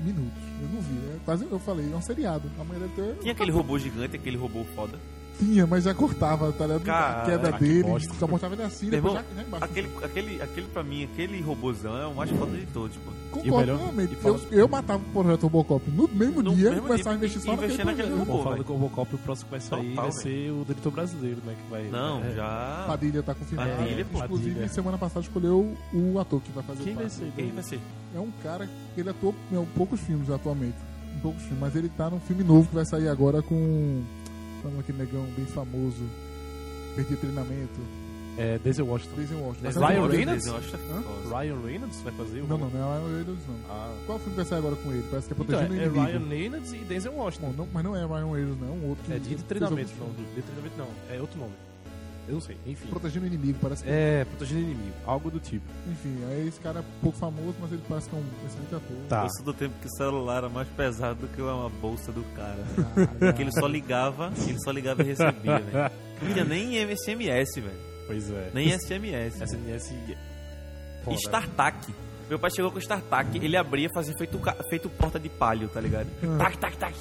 [SPEAKER 2] minutos. Eu não vi, é quase, eu falei, é um seriado. Amanhã deve ter.
[SPEAKER 1] Tinha aquele robô gigante, aquele robô foda.
[SPEAKER 2] Tinha, mas já cortava, tá ligado?
[SPEAKER 1] Cara,
[SPEAKER 2] a queda
[SPEAKER 1] que
[SPEAKER 2] dele,
[SPEAKER 4] bosta.
[SPEAKER 2] só mostrava ele assim,
[SPEAKER 1] Meu
[SPEAKER 2] depois já,
[SPEAKER 1] irmão,
[SPEAKER 2] já embaixo.
[SPEAKER 1] Aquele, aquele, aquele pra mim, aquele robôzão é o mais foda de todos, pô.
[SPEAKER 4] E o
[SPEAKER 2] Concordo,
[SPEAKER 4] melhor-
[SPEAKER 2] realmente.
[SPEAKER 4] e fala-
[SPEAKER 2] Eu, eu matava o projeto Robocop no mesmo
[SPEAKER 1] No
[SPEAKER 2] dia e
[SPEAKER 1] mesmo
[SPEAKER 2] começava a
[SPEAKER 1] dia,
[SPEAKER 2] investir só
[SPEAKER 1] investir naquele
[SPEAKER 2] naquele projeto.
[SPEAKER 4] Bom,
[SPEAKER 1] Pô,
[SPEAKER 4] falando
[SPEAKER 1] velho.
[SPEAKER 4] com o Robocop, o próximo que vai sair
[SPEAKER 1] Total,
[SPEAKER 4] vai
[SPEAKER 1] velho.
[SPEAKER 4] ser o diretor brasileiro, né? Que vai.
[SPEAKER 1] Não,
[SPEAKER 4] é.
[SPEAKER 1] já.
[SPEAKER 2] Padilha tá confirmado.
[SPEAKER 1] Padilha,
[SPEAKER 4] pô.
[SPEAKER 2] Inclusive,
[SPEAKER 4] Padilha.
[SPEAKER 2] semana passada escolheu o ator que vai fazer
[SPEAKER 4] Quem
[SPEAKER 2] o
[SPEAKER 4] vai
[SPEAKER 2] Padre.
[SPEAKER 4] ser?
[SPEAKER 1] Quem
[SPEAKER 4] Quem
[SPEAKER 1] vai ser?
[SPEAKER 2] É um cara que ele atuou em poucos filmes atualmente. Em poucos filmes, mas ele tá num filme novo que vai sair agora com. Falando aquele negão bem famoso. Perdi treinamento.
[SPEAKER 4] É Denzel Washington.
[SPEAKER 2] Denzel Washington. Mas
[SPEAKER 4] É Ryan
[SPEAKER 2] agora-
[SPEAKER 1] Desenho-
[SPEAKER 4] Reynolds?
[SPEAKER 1] desenho, eu acho que é
[SPEAKER 2] Hã?
[SPEAKER 1] foda.
[SPEAKER 4] Ryan Reynolds vai fazer o.
[SPEAKER 2] Não, não, não é Ryan Reynolds, não.
[SPEAKER 4] Ah.
[SPEAKER 2] Qual filme vai sair agora com ele? Parece que é
[SPEAKER 4] Então, é,
[SPEAKER 2] Protegendo o
[SPEAKER 4] é
[SPEAKER 2] Inimigo.
[SPEAKER 4] Ryan Reynolds e Denzel
[SPEAKER 2] Bom,
[SPEAKER 4] Washington.
[SPEAKER 2] não, mas não é Ryan Reynolds, não. é Um outro que
[SPEAKER 4] É
[SPEAKER 2] fez
[SPEAKER 4] de
[SPEAKER 2] alguns
[SPEAKER 4] treinamento,
[SPEAKER 2] filmes.
[SPEAKER 4] não. De treinamento não. É outro nome. Eu não sei. Enfim.
[SPEAKER 2] Protegendo o Inimigo, parece que
[SPEAKER 4] É, protegendo inimigo. Algo do tipo.
[SPEAKER 2] Enfim, aí esse cara é pouco famoso, mas ele parece que é um excelente ator.
[SPEAKER 4] Tá.
[SPEAKER 1] Eu sou do tempo que o celular era mais pesado do que uma bolsa do cara.
[SPEAKER 2] Cara,
[SPEAKER 1] Porque ele só ligava, ele só ligava e recebia, né?
[SPEAKER 4] né?
[SPEAKER 1] velho. Não tinha nem SMS, velho.
[SPEAKER 4] Pois é.
[SPEAKER 1] Nem é SMS.
[SPEAKER 4] SNS.
[SPEAKER 1] StarTac. Meu pai chegou com o StarTac, ele abria, fazia feito, ca- feito porta de palho, tá ligado? Tac, tac, tac.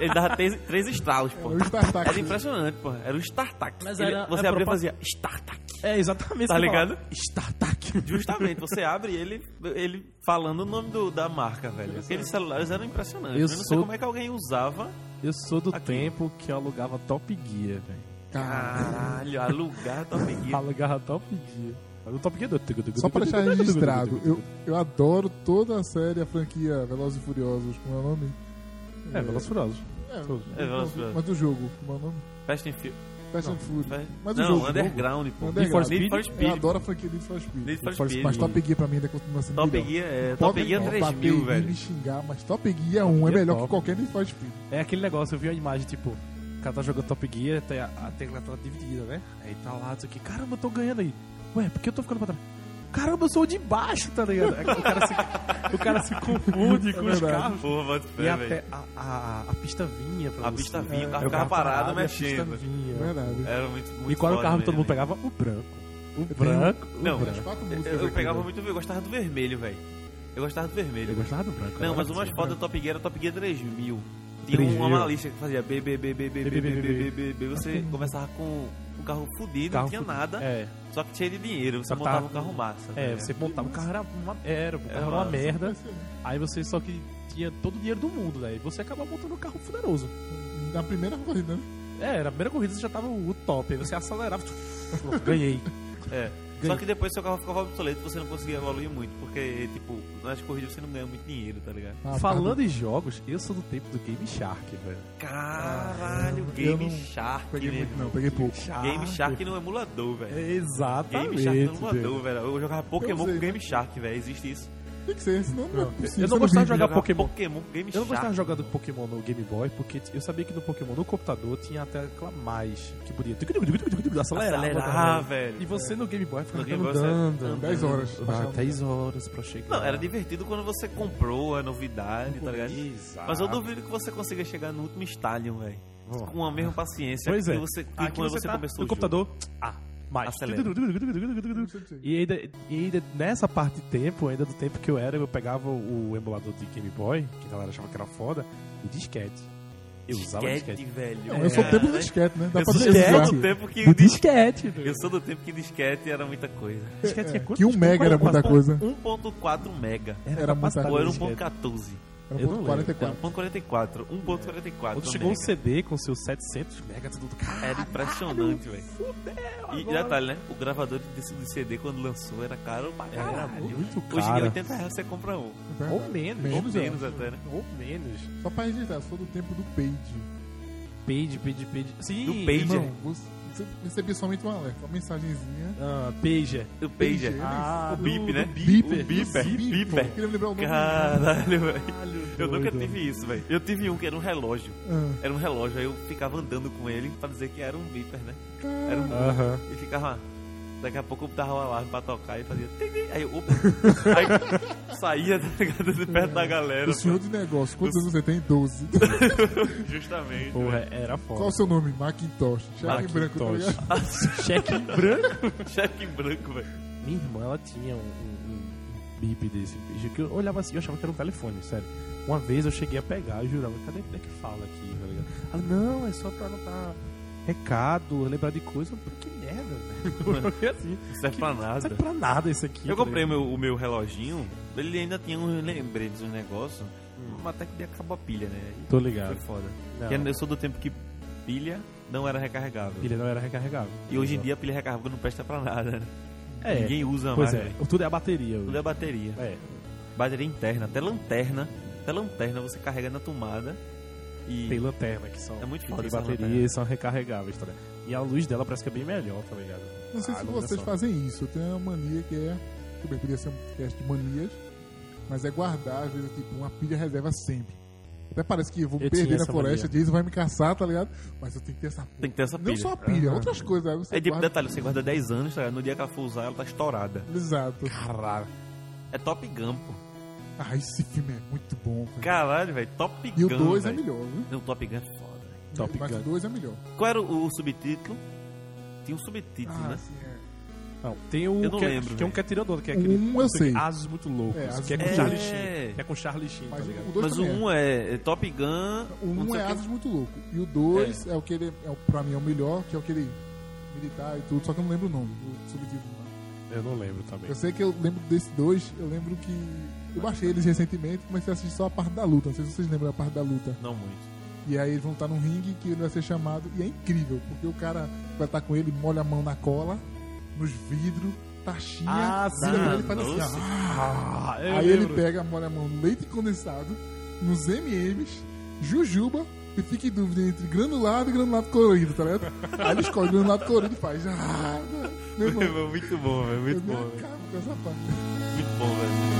[SPEAKER 1] Ele dava três, três estralos,
[SPEAKER 2] Era
[SPEAKER 1] pô.
[SPEAKER 2] É o StarTac.
[SPEAKER 4] Tá
[SPEAKER 1] Era impressionante, pô. Era o StarTac.
[SPEAKER 4] Mas
[SPEAKER 1] Ele-
[SPEAKER 4] era-
[SPEAKER 1] você
[SPEAKER 4] a
[SPEAKER 1] abria e
[SPEAKER 4] propa-
[SPEAKER 1] fazia StarTac.
[SPEAKER 4] É, exatamente.
[SPEAKER 1] Tá
[SPEAKER 4] isso que eu
[SPEAKER 1] ligado?
[SPEAKER 4] falava. StarTac.
[SPEAKER 1] Justamente, você abre ele, ele falando o nome do- da marca, velho. Aqueles celulares eram impressionantes.
[SPEAKER 4] Eu
[SPEAKER 1] Eu, não sei
[SPEAKER 4] sou-
[SPEAKER 1] como é que alguém usava.
[SPEAKER 4] Eu sou do
[SPEAKER 1] Aqui.
[SPEAKER 4] tempo que eu alugava Top Gear, velho.
[SPEAKER 2] Cara.
[SPEAKER 1] Caralho, alugar Top Gear.
[SPEAKER 4] Alugava Top Gear. Mas o Top Gear... é
[SPEAKER 2] Só pra deixar
[SPEAKER 4] tá
[SPEAKER 2] registrado, eu, eu adoro toda a série, a franquia Velozes e Furiosos, como é o nome?
[SPEAKER 4] É, Velozes e Furiosos.
[SPEAKER 2] É,
[SPEAKER 4] Todos.
[SPEAKER 1] É, Velozes e Furiosos.
[SPEAKER 2] mas do jogo, como é o nome?
[SPEAKER 1] Fast and Furious.
[SPEAKER 2] Fast and Food.
[SPEAKER 1] Vai-
[SPEAKER 2] Mas o
[SPEAKER 1] não,
[SPEAKER 2] jogo,
[SPEAKER 1] underground, pô.
[SPEAKER 2] Underground.
[SPEAKER 1] Need for Speed.
[SPEAKER 2] Eu adoro a franquia Need for Speed.
[SPEAKER 1] Need for
[SPEAKER 2] Mas-
[SPEAKER 1] Speed.
[SPEAKER 2] Mas Top Gear pra mim ainda continua sendo
[SPEAKER 1] Top
[SPEAKER 2] melhor.
[SPEAKER 1] Gear, é, Top Gear
[SPEAKER 2] Top
[SPEAKER 1] 3000,
[SPEAKER 2] Gear
[SPEAKER 1] velho.
[SPEAKER 2] me xingar, mas Top Gear 1 é
[SPEAKER 4] Gear
[SPEAKER 2] melhor
[SPEAKER 4] top.
[SPEAKER 2] que qualquer Need for Speed.
[SPEAKER 4] É aquele negócio, eu vi uma imagem, tipo, o cara tá jogando Top Gear, tem a, a tecla tá dividida, né? Aí tá lá, isso aqui, caramba, eu tô ganhando aí. Ué, por que eu tô ficando pra trás? Caramba, eu sou o de baixo, tá ligado? Aí O cara se, o cara se confunde com os
[SPEAKER 2] É verdade.
[SPEAKER 4] carros.
[SPEAKER 1] Porra, bota
[SPEAKER 4] E
[SPEAKER 1] fé, velho.
[SPEAKER 4] até a, a, a pista vinha pra
[SPEAKER 1] A
[SPEAKER 4] você.
[SPEAKER 1] pista vinha, o
[SPEAKER 4] É,
[SPEAKER 1] carro
[SPEAKER 4] eu
[SPEAKER 1] ficava parado
[SPEAKER 4] e a pista
[SPEAKER 1] mexendo.
[SPEAKER 4] vinha.
[SPEAKER 2] Verdade.
[SPEAKER 1] Era muito, muito
[SPEAKER 4] E qual era o
[SPEAKER 1] foda
[SPEAKER 4] carro que todo
[SPEAKER 1] mesmo,
[SPEAKER 4] mundo né? pegava? O branco. O
[SPEAKER 2] tenho-
[SPEAKER 4] branco, o
[SPEAKER 1] Não,
[SPEAKER 4] branco.
[SPEAKER 2] As quatro
[SPEAKER 1] velho.
[SPEAKER 2] músicas
[SPEAKER 1] Eu,
[SPEAKER 4] é
[SPEAKER 1] eu
[SPEAKER 2] aqui,
[SPEAKER 1] pegava
[SPEAKER 2] né?
[SPEAKER 1] muito, eu gostava do vermelho, velho. Eu gostava do vermelho.
[SPEAKER 4] Eu gostava do branco.
[SPEAKER 1] Não,
[SPEAKER 4] eu
[SPEAKER 1] mas
[SPEAKER 4] era
[SPEAKER 1] umas
[SPEAKER 4] assim,
[SPEAKER 1] fotos do Top Gear era Top Gear 3000. Tinha
[SPEAKER 4] 3000.
[SPEAKER 1] uma lista que fazia B, B, B, B, B, B, B, B, B, B, B. Você começava com um carro fudido, não
[SPEAKER 4] Assim. Carro
[SPEAKER 1] tinha
[SPEAKER 4] fudido.
[SPEAKER 1] nada,
[SPEAKER 4] É,
[SPEAKER 1] só que cheio de dinheiro. Você
[SPEAKER 4] Só
[SPEAKER 1] montava
[SPEAKER 4] tava-
[SPEAKER 1] um carro massa.
[SPEAKER 4] é,
[SPEAKER 1] né?
[SPEAKER 4] você montava o carro, era uma, era, o carro
[SPEAKER 1] Era
[SPEAKER 4] era uma
[SPEAKER 1] uma-
[SPEAKER 4] merda. Aí você só que tinha todo o dinheiro do mundo, daí você acaba montando um carro fuderoso.
[SPEAKER 2] Na primeira corrida, né?
[SPEAKER 4] É, na primeira corrida você já tava o top, aí você acelerava, pronto, ganhei.
[SPEAKER 1] É. Só que depois seu carro ficava obsoleto e você não conseguia evoluir muito, porque, tipo, nas corridas você não ganha muito dinheiro, tá ligado?
[SPEAKER 2] Ah,
[SPEAKER 4] Falando em jogos, eu sou do tempo do Game Shark, velho.
[SPEAKER 1] Caralho,
[SPEAKER 4] Ah,
[SPEAKER 2] eu
[SPEAKER 1] Game
[SPEAKER 2] não
[SPEAKER 1] Shark,
[SPEAKER 2] pá, Peguei
[SPEAKER 1] né?
[SPEAKER 2] muito, não, peguei pouco.
[SPEAKER 1] Game Shark no emulador, velho. Game
[SPEAKER 4] Exatamente.
[SPEAKER 1] Shark no
[SPEAKER 4] velho.
[SPEAKER 1] emulador, velho. Eu jogava Pokémon
[SPEAKER 2] usei,
[SPEAKER 1] com Game Shark, velho. Existe isso.
[SPEAKER 2] Tem que ser, senão não é possível.
[SPEAKER 4] Eu não gostava de
[SPEAKER 2] vive.
[SPEAKER 4] jogar
[SPEAKER 1] Jogava
[SPEAKER 4] Pokémon.
[SPEAKER 1] Pokémon com Game
[SPEAKER 4] Eu não gostava
[SPEAKER 1] Shark.
[SPEAKER 4] jogando Pokémon no Game Boy, porque eu sabia que no Pokémon no computador tinha a tecla mais, que podia acelerar.
[SPEAKER 1] Acelerar, Ah, velho.
[SPEAKER 4] E você no Game Boy
[SPEAKER 1] No
[SPEAKER 4] ficava
[SPEAKER 1] Game Boy você- é
[SPEAKER 4] andando.
[SPEAKER 2] 10 horas.
[SPEAKER 4] Ah, 10 horas pra chegar.
[SPEAKER 1] Não, era divertido quando você comprou a novidade, tá ligado?
[SPEAKER 4] Exato.
[SPEAKER 1] Mas eu duvido que você consiga chegar no último estágio, velho. Com a mesma paciência
[SPEAKER 4] Pois
[SPEAKER 1] que
[SPEAKER 4] é.
[SPEAKER 1] você que
[SPEAKER 4] Aqui
[SPEAKER 1] quando
[SPEAKER 4] você,
[SPEAKER 1] você,
[SPEAKER 4] tá
[SPEAKER 1] começou
[SPEAKER 4] no
[SPEAKER 1] o
[SPEAKER 4] computador. Ah, mais.
[SPEAKER 1] Acelera.
[SPEAKER 4] E ainda, e ainda nessa parte de tempo, ainda do tempo que eu era, eu pegava o emulador de Game Boy, que a galera achava que era foda, e disquete. Eu usava
[SPEAKER 1] jogo.
[SPEAKER 4] disquete.
[SPEAKER 1] Disquete, velho.
[SPEAKER 2] Não, eu sou o
[SPEAKER 1] É,
[SPEAKER 2] tempo do
[SPEAKER 1] né?
[SPEAKER 2] disquete, né? Dá
[SPEAKER 1] Eu
[SPEAKER 2] pra
[SPEAKER 1] sou-
[SPEAKER 4] disquete.
[SPEAKER 1] eu
[SPEAKER 2] desenhar.
[SPEAKER 1] sou do tempo que
[SPEAKER 4] O disquete.
[SPEAKER 1] Eu sou do tempo que disquete era muita coisa.
[SPEAKER 4] disquete tinha quantos-
[SPEAKER 2] Que um mega era muita
[SPEAKER 4] quantos-
[SPEAKER 2] coisa.
[SPEAKER 1] 1.4 mega.
[SPEAKER 2] Era muita
[SPEAKER 1] Ou era
[SPEAKER 2] coisa.
[SPEAKER 1] 1.14.
[SPEAKER 2] Era
[SPEAKER 4] Eu não lembro.
[SPEAKER 2] 44.
[SPEAKER 1] Era 1.44. 1.44.
[SPEAKER 4] Quando chegou um
[SPEAKER 1] mega.
[SPEAKER 4] CD com seus 700 megas, tudo do cara.
[SPEAKER 1] Era impressionante, velho. E detalhe, né? O gravador desse do CD quando lançou era caro pra caralho.
[SPEAKER 4] Era muito
[SPEAKER 1] Hoje em dia,
[SPEAKER 4] caro.
[SPEAKER 1] 80 reais você compra um.
[SPEAKER 2] Verdade.
[SPEAKER 4] Ou menos.
[SPEAKER 1] Ou
[SPEAKER 2] Menos, é.
[SPEAKER 1] menos até, né?
[SPEAKER 4] Ou menos.
[SPEAKER 2] Só pra registrar, sou do tempo do Page.
[SPEAKER 4] Page, page, page. Sim.
[SPEAKER 1] Do pager.
[SPEAKER 2] Irmão,
[SPEAKER 4] é.
[SPEAKER 2] você você recebeu somente um alerta, uma mensagenzinha.
[SPEAKER 4] Ah, pager.
[SPEAKER 1] O Pager.
[SPEAKER 4] Ah,
[SPEAKER 1] o
[SPEAKER 4] do-
[SPEAKER 1] Bip,
[SPEAKER 4] do
[SPEAKER 1] né?
[SPEAKER 4] Beeper.
[SPEAKER 1] O Beeper.
[SPEAKER 4] Do
[SPEAKER 1] Beeper.
[SPEAKER 2] Eu queria me lembrar o nome.
[SPEAKER 1] Caralho, velho. Eu
[SPEAKER 4] doido.
[SPEAKER 1] nunca tive isso, velho. Eu tive um que era um relógio.
[SPEAKER 2] Ah,
[SPEAKER 1] Era um relógio, aí eu ficava andando com ele pra dizer que era um beeper, né?
[SPEAKER 2] cara,
[SPEAKER 1] Era um
[SPEAKER 4] Aham.
[SPEAKER 1] E ficava. Daqui a pouco eu dava o alarme pra tocar e fazia. "Ting, ting". Aí eu. Opa. Aí saía, tá ligado? De perto da galera.
[SPEAKER 2] o senhor de negócio, quantos anos você tem? 12.
[SPEAKER 1] pô. Justamente.
[SPEAKER 4] Porra, era
[SPEAKER 2] Qual o
[SPEAKER 4] foda.
[SPEAKER 2] seu nome? Macintosh. Cheque em branco, tá
[SPEAKER 4] Macintosh.
[SPEAKER 2] ligado?
[SPEAKER 4] Cheque em branco?
[SPEAKER 1] Cheque em branco, velho.
[SPEAKER 4] Minha irmã, ela tinha um, um, um bip desse bicho que eu olhava assim, eu achava que era um telefone, sério. Uma vez eu cheguei a pegar e jurava, cadê é que fala aqui, tá ligado? Ela, não, é só pra anotar recado, lembrar de coisa. Eu, que merda, velho. Foi assim.
[SPEAKER 1] Não serve pra
[SPEAKER 4] Não serve
[SPEAKER 1] nada.
[SPEAKER 4] pra nada isso aqui.
[SPEAKER 1] é. Eu
[SPEAKER 4] tá
[SPEAKER 1] comprei
[SPEAKER 4] ligado?
[SPEAKER 1] meu- o meu reloginho. Ele ainda tinha um lembrete de um negócio. Mas até que acabou a pilha, né? E
[SPEAKER 4] Hum. Tô
[SPEAKER 1] Foi
[SPEAKER 4] ligado. É.
[SPEAKER 1] foda.
[SPEAKER 4] Não,
[SPEAKER 1] Porque é- Eu sou do tempo que pilha não era recarregável.
[SPEAKER 4] Ele não era recarregável.
[SPEAKER 1] E hoje em dia a pilha recarregável não presta pra nada. né?
[SPEAKER 4] é,
[SPEAKER 1] Ninguém usa
[SPEAKER 4] Pois
[SPEAKER 1] mais.
[SPEAKER 4] é,
[SPEAKER 1] velho.
[SPEAKER 4] tudo é a bateria.
[SPEAKER 1] Tudo
[SPEAKER 4] Hoje.
[SPEAKER 1] é bateria.
[SPEAKER 4] É,
[SPEAKER 1] Bateria interna, até lanterna. Até lanterna você carrega na tomada. E
[SPEAKER 4] tem lanterna que são.
[SPEAKER 1] É muito
[SPEAKER 4] que
[SPEAKER 1] foda
[SPEAKER 4] tem
[SPEAKER 1] essa
[SPEAKER 4] bateria
[SPEAKER 1] lanterna.
[SPEAKER 4] e são recarregáveis, tá ligado? E a luz dela parece que é bem melhor, tá ligado?
[SPEAKER 2] Não sei
[SPEAKER 4] A
[SPEAKER 2] se
[SPEAKER 4] iluminação.
[SPEAKER 2] vocês fazem isso. Eu tenho uma mania que é. Tudo bem, podia ser um teste de manias. Mas é guardar, às vezes, tipo, uma pilha reserva sempre. Até parece que eu vou
[SPEAKER 4] Eu tinha
[SPEAKER 2] perder na
[SPEAKER 4] essa
[SPEAKER 2] floresta, Jason vai me caçar, tá ligado? Mas eu tenho que ter essa
[SPEAKER 1] tem que ter essa
[SPEAKER 2] Não
[SPEAKER 1] pilha. Ah.
[SPEAKER 2] só a pilha, outras coisas. Aí você
[SPEAKER 1] É tipo,
[SPEAKER 2] guarda-
[SPEAKER 1] detalhe, você guarda 10 anos, tá ligado? no dia que ela for usar, ela tá estourada.
[SPEAKER 2] Exato.
[SPEAKER 4] Caralho.
[SPEAKER 1] É Top Gun, pô.
[SPEAKER 2] Ah, esse filme é muito bom, cara.
[SPEAKER 1] Caralho, velho. Top
[SPEAKER 2] E o
[SPEAKER 1] Gun.
[SPEAKER 2] 2 é
[SPEAKER 1] velho.
[SPEAKER 2] melhor, viu?
[SPEAKER 1] Não, Top Gun é foda. velho.
[SPEAKER 4] Top
[SPEAKER 2] Mas
[SPEAKER 4] Gun.
[SPEAKER 2] o 2 é melhor.
[SPEAKER 1] Qual era o, o subtítulo? Tinha um subtítulo, né?
[SPEAKER 2] sim, é.
[SPEAKER 4] Não, tem o.
[SPEAKER 1] Eu não
[SPEAKER 4] que
[SPEAKER 1] lembro,
[SPEAKER 4] é, Que é um
[SPEAKER 1] velho.
[SPEAKER 4] que é tirador, que é
[SPEAKER 2] Um
[SPEAKER 4] aquele.
[SPEAKER 2] eu sei.
[SPEAKER 4] Asos muito loucos.
[SPEAKER 2] É, Asos
[SPEAKER 4] que é com
[SPEAKER 1] muito
[SPEAKER 4] Charlie
[SPEAKER 1] loucos. É.
[SPEAKER 4] Sheen. Que é com Charlie Sheen, tá
[SPEAKER 2] Mas
[SPEAKER 4] ligado?
[SPEAKER 2] o 2
[SPEAKER 1] Mas o
[SPEAKER 2] também é.
[SPEAKER 1] 1 é, é Top Gun.
[SPEAKER 2] O
[SPEAKER 1] não
[SPEAKER 2] 1
[SPEAKER 1] sei
[SPEAKER 2] é
[SPEAKER 1] o quê.
[SPEAKER 2] Asas Muito Louco. E o 2 é. o que ele... É, o- pra mim é o melhor, que é o que ele... Militar e tudo, só que eu não lembro o nome do subtítulo. não.
[SPEAKER 4] Eu não lembro também.
[SPEAKER 2] Eu sei que eu lembro desse 2, eu lembro que...
[SPEAKER 1] é.
[SPEAKER 2] Eu baixei eles recentemente, comecei a assistir só a parte da luta. Não sei se vocês lembram da parte da luta.
[SPEAKER 1] Não muito.
[SPEAKER 2] E aí eles vão estar num ringue que ele vai ser chamado. E é incrível, porque o cara vai estar com ele, molha a mão na cola, nos vidros, taxinha.
[SPEAKER 4] Ah, sim.
[SPEAKER 2] vira pra ele e faz assim, ó.
[SPEAKER 1] Nossa.
[SPEAKER 4] Ah, eu
[SPEAKER 2] Aí ele
[SPEAKER 4] lembro.
[SPEAKER 2] pega, molha a mão no leite condensado, nos MMs, jujuba, E fica em dúvida entre granulado e granulado colorido, tá ligado? Aí ele escolhe granulado colorido e faz. Ah, meu irmão,
[SPEAKER 1] muito bom, velho.
[SPEAKER 2] eu
[SPEAKER 1] Muito
[SPEAKER 2] me
[SPEAKER 1] bom, velho.
[SPEAKER 2] acabo com essa parte.
[SPEAKER 1] Muito bom, velho.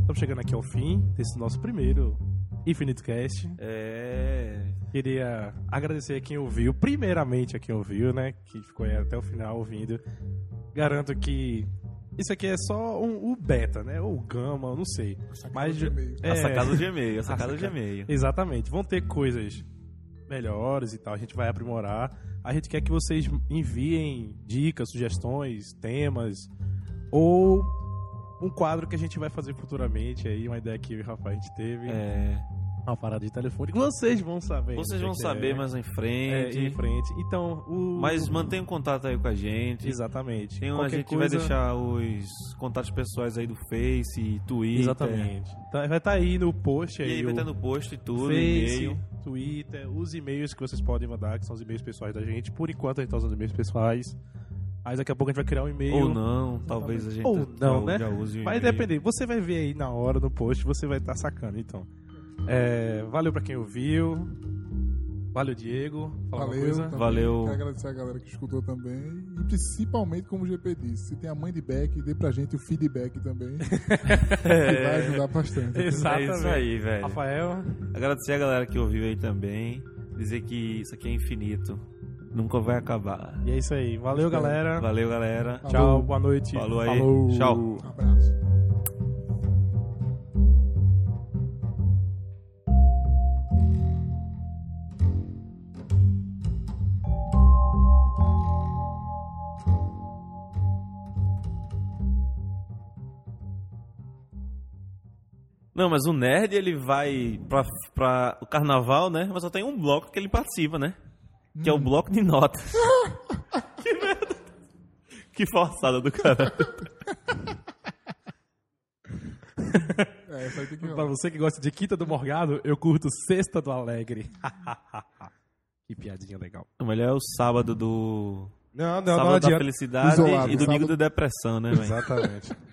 [SPEAKER 4] Estamos chegando aqui ao fim desse nosso primeiro Infinite Cast.
[SPEAKER 1] É.
[SPEAKER 4] Queria agradecer a quem ouviu, primeiramente a quem ouviu, né? Que ficou aí até o final ouvindo. Garanto que isso aqui é só um- o beta, né? Ou o gama, não sei. Mas
[SPEAKER 2] e-mail.
[SPEAKER 4] é,
[SPEAKER 1] A sacada de e-mail, a sacada
[SPEAKER 4] sacada.
[SPEAKER 1] de e-mail.
[SPEAKER 4] Exatamente. Vão ter coisas melhores e tal. A gente vai aprimorar. A gente quer que vocês enviem dicas, sugestões, temas ou um quadro que a gente vai fazer futuramente aí, uma ideia que eu e o Rafael a gente teve,
[SPEAKER 1] É.
[SPEAKER 4] uma parada de telefone. que Vocês vão saber.
[SPEAKER 1] Vocês
[SPEAKER 4] o que
[SPEAKER 1] vão
[SPEAKER 4] que
[SPEAKER 1] saber
[SPEAKER 4] é,
[SPEAKER 1] mais em
[SPEAKER 4] é,
[SPEAKER 1] frente.
[SPEAKER 4] em frente. Então, o
[SPEAKER 1] Mas mantenha o contato aí com a gente.
[SPEAKER 4] exatamente.
[SPEAKER 1] Tem, um, a
[SPEAKER 4] Qualquer
[SPEAKER 1] gente vai
[SPEAKER 4] coisa-
[SPEAKER 1] deixar os contatos pessoais aí do Face, Twitter.
[SPEAKER 4] Exatamente. Tá- vai estar aí no post
[SPEAKER 1] é. E
[SPEAKER 4] aí,
[SPEAKER 1] aí
[SPEAKER 4] o-
[SPEAKER 1] vai tá ter no post e tudo,
[SPEAKER 4] Face,
[SPEAKER 1] e-mail.
[SPEAKER 4] Twitter, os e-mails que vocês podem mandar, que são os e-mails pessoais da gente. Por enquanto a gente tá usando e-mails pessoais. Mas daqui a pouco a gente vai criar um e-mail.
[SPEAKER 1] Ou não, talvez a gente
[SPEAKER 4] Ou não,
[SPEAKER 1] já,
[SPEAKER 4] né?
[SPEAKER 1] já use o
[SPEAKER 4] Vai
[SPEAKER 1] e-mail.
[SPEAKER 4] depender. Você vai ver aí na hora no post, você vai estar sacando. Então, É, valeu pra quem ouviu. Valeu, Diego. Fala uma
[SPEAKER 2] Valeu,
[SPEAKER 4] coisa.
[SPEAKER 2] também.
[SPEAKER 1] Valeu.
[SPEAKER 2] Quero agradecer a galera que escutou também. E principalmente, como o GP disse, se tem a mãe de Beck, dê pra gente o feedback também. Que vai ajudar bastante.
[SPEAKER 1] É isso aí, velho.
[SPEAKER 4] Rafael,
[SPEAKER 1] Agradecer a galera que ouviu aí também. Dizer que isso aqui é infinito. Nunca vai acabar.
[SPEAKER 4] e é isso aí. Valeu, galera.
[SPEAKER 1] Valeu, galera.
[SPEAKER 2] Valeu.
[SPEAKER 4] Tchau, boa noite.
[SPEAKER 1] Falou aí.
[SPEAKER 4] Falou.
[SPEAKER 1] Tchau.
[SPEAKER 2] Um abraço.
[SPEAKER 1] Não, mas o nerd, ele vai pra, pra o carnaval, né? Mas só tem um bloco que ele participa, né? Que
[SPEAKER 4] Hum.
[SPEAKER 1] é o bloco de notas. que merda. Que forçada do cara.
[SPEAKER 2] É, isso aí tem que
[SPEAKER 4] Pra
[SPEAKER 2] rolar.
[SPEAKER 4] você que gosta de Quinta do Morgado, eu curto Sexta do Alegre. que piadinha legal.
[SPEAKER 1] O melhor é o sábado do...
[SPEAKER 4] Não,
[SPEAKER 1] sábado da felicidade
[SPEAKER 2] Isolado,
[SPEAKER 1] e domingo
[SPEAKER 2] sábado-
[SPEAKER 1] da depressão, né, velho?
[SPEAKER 4] Exatamente.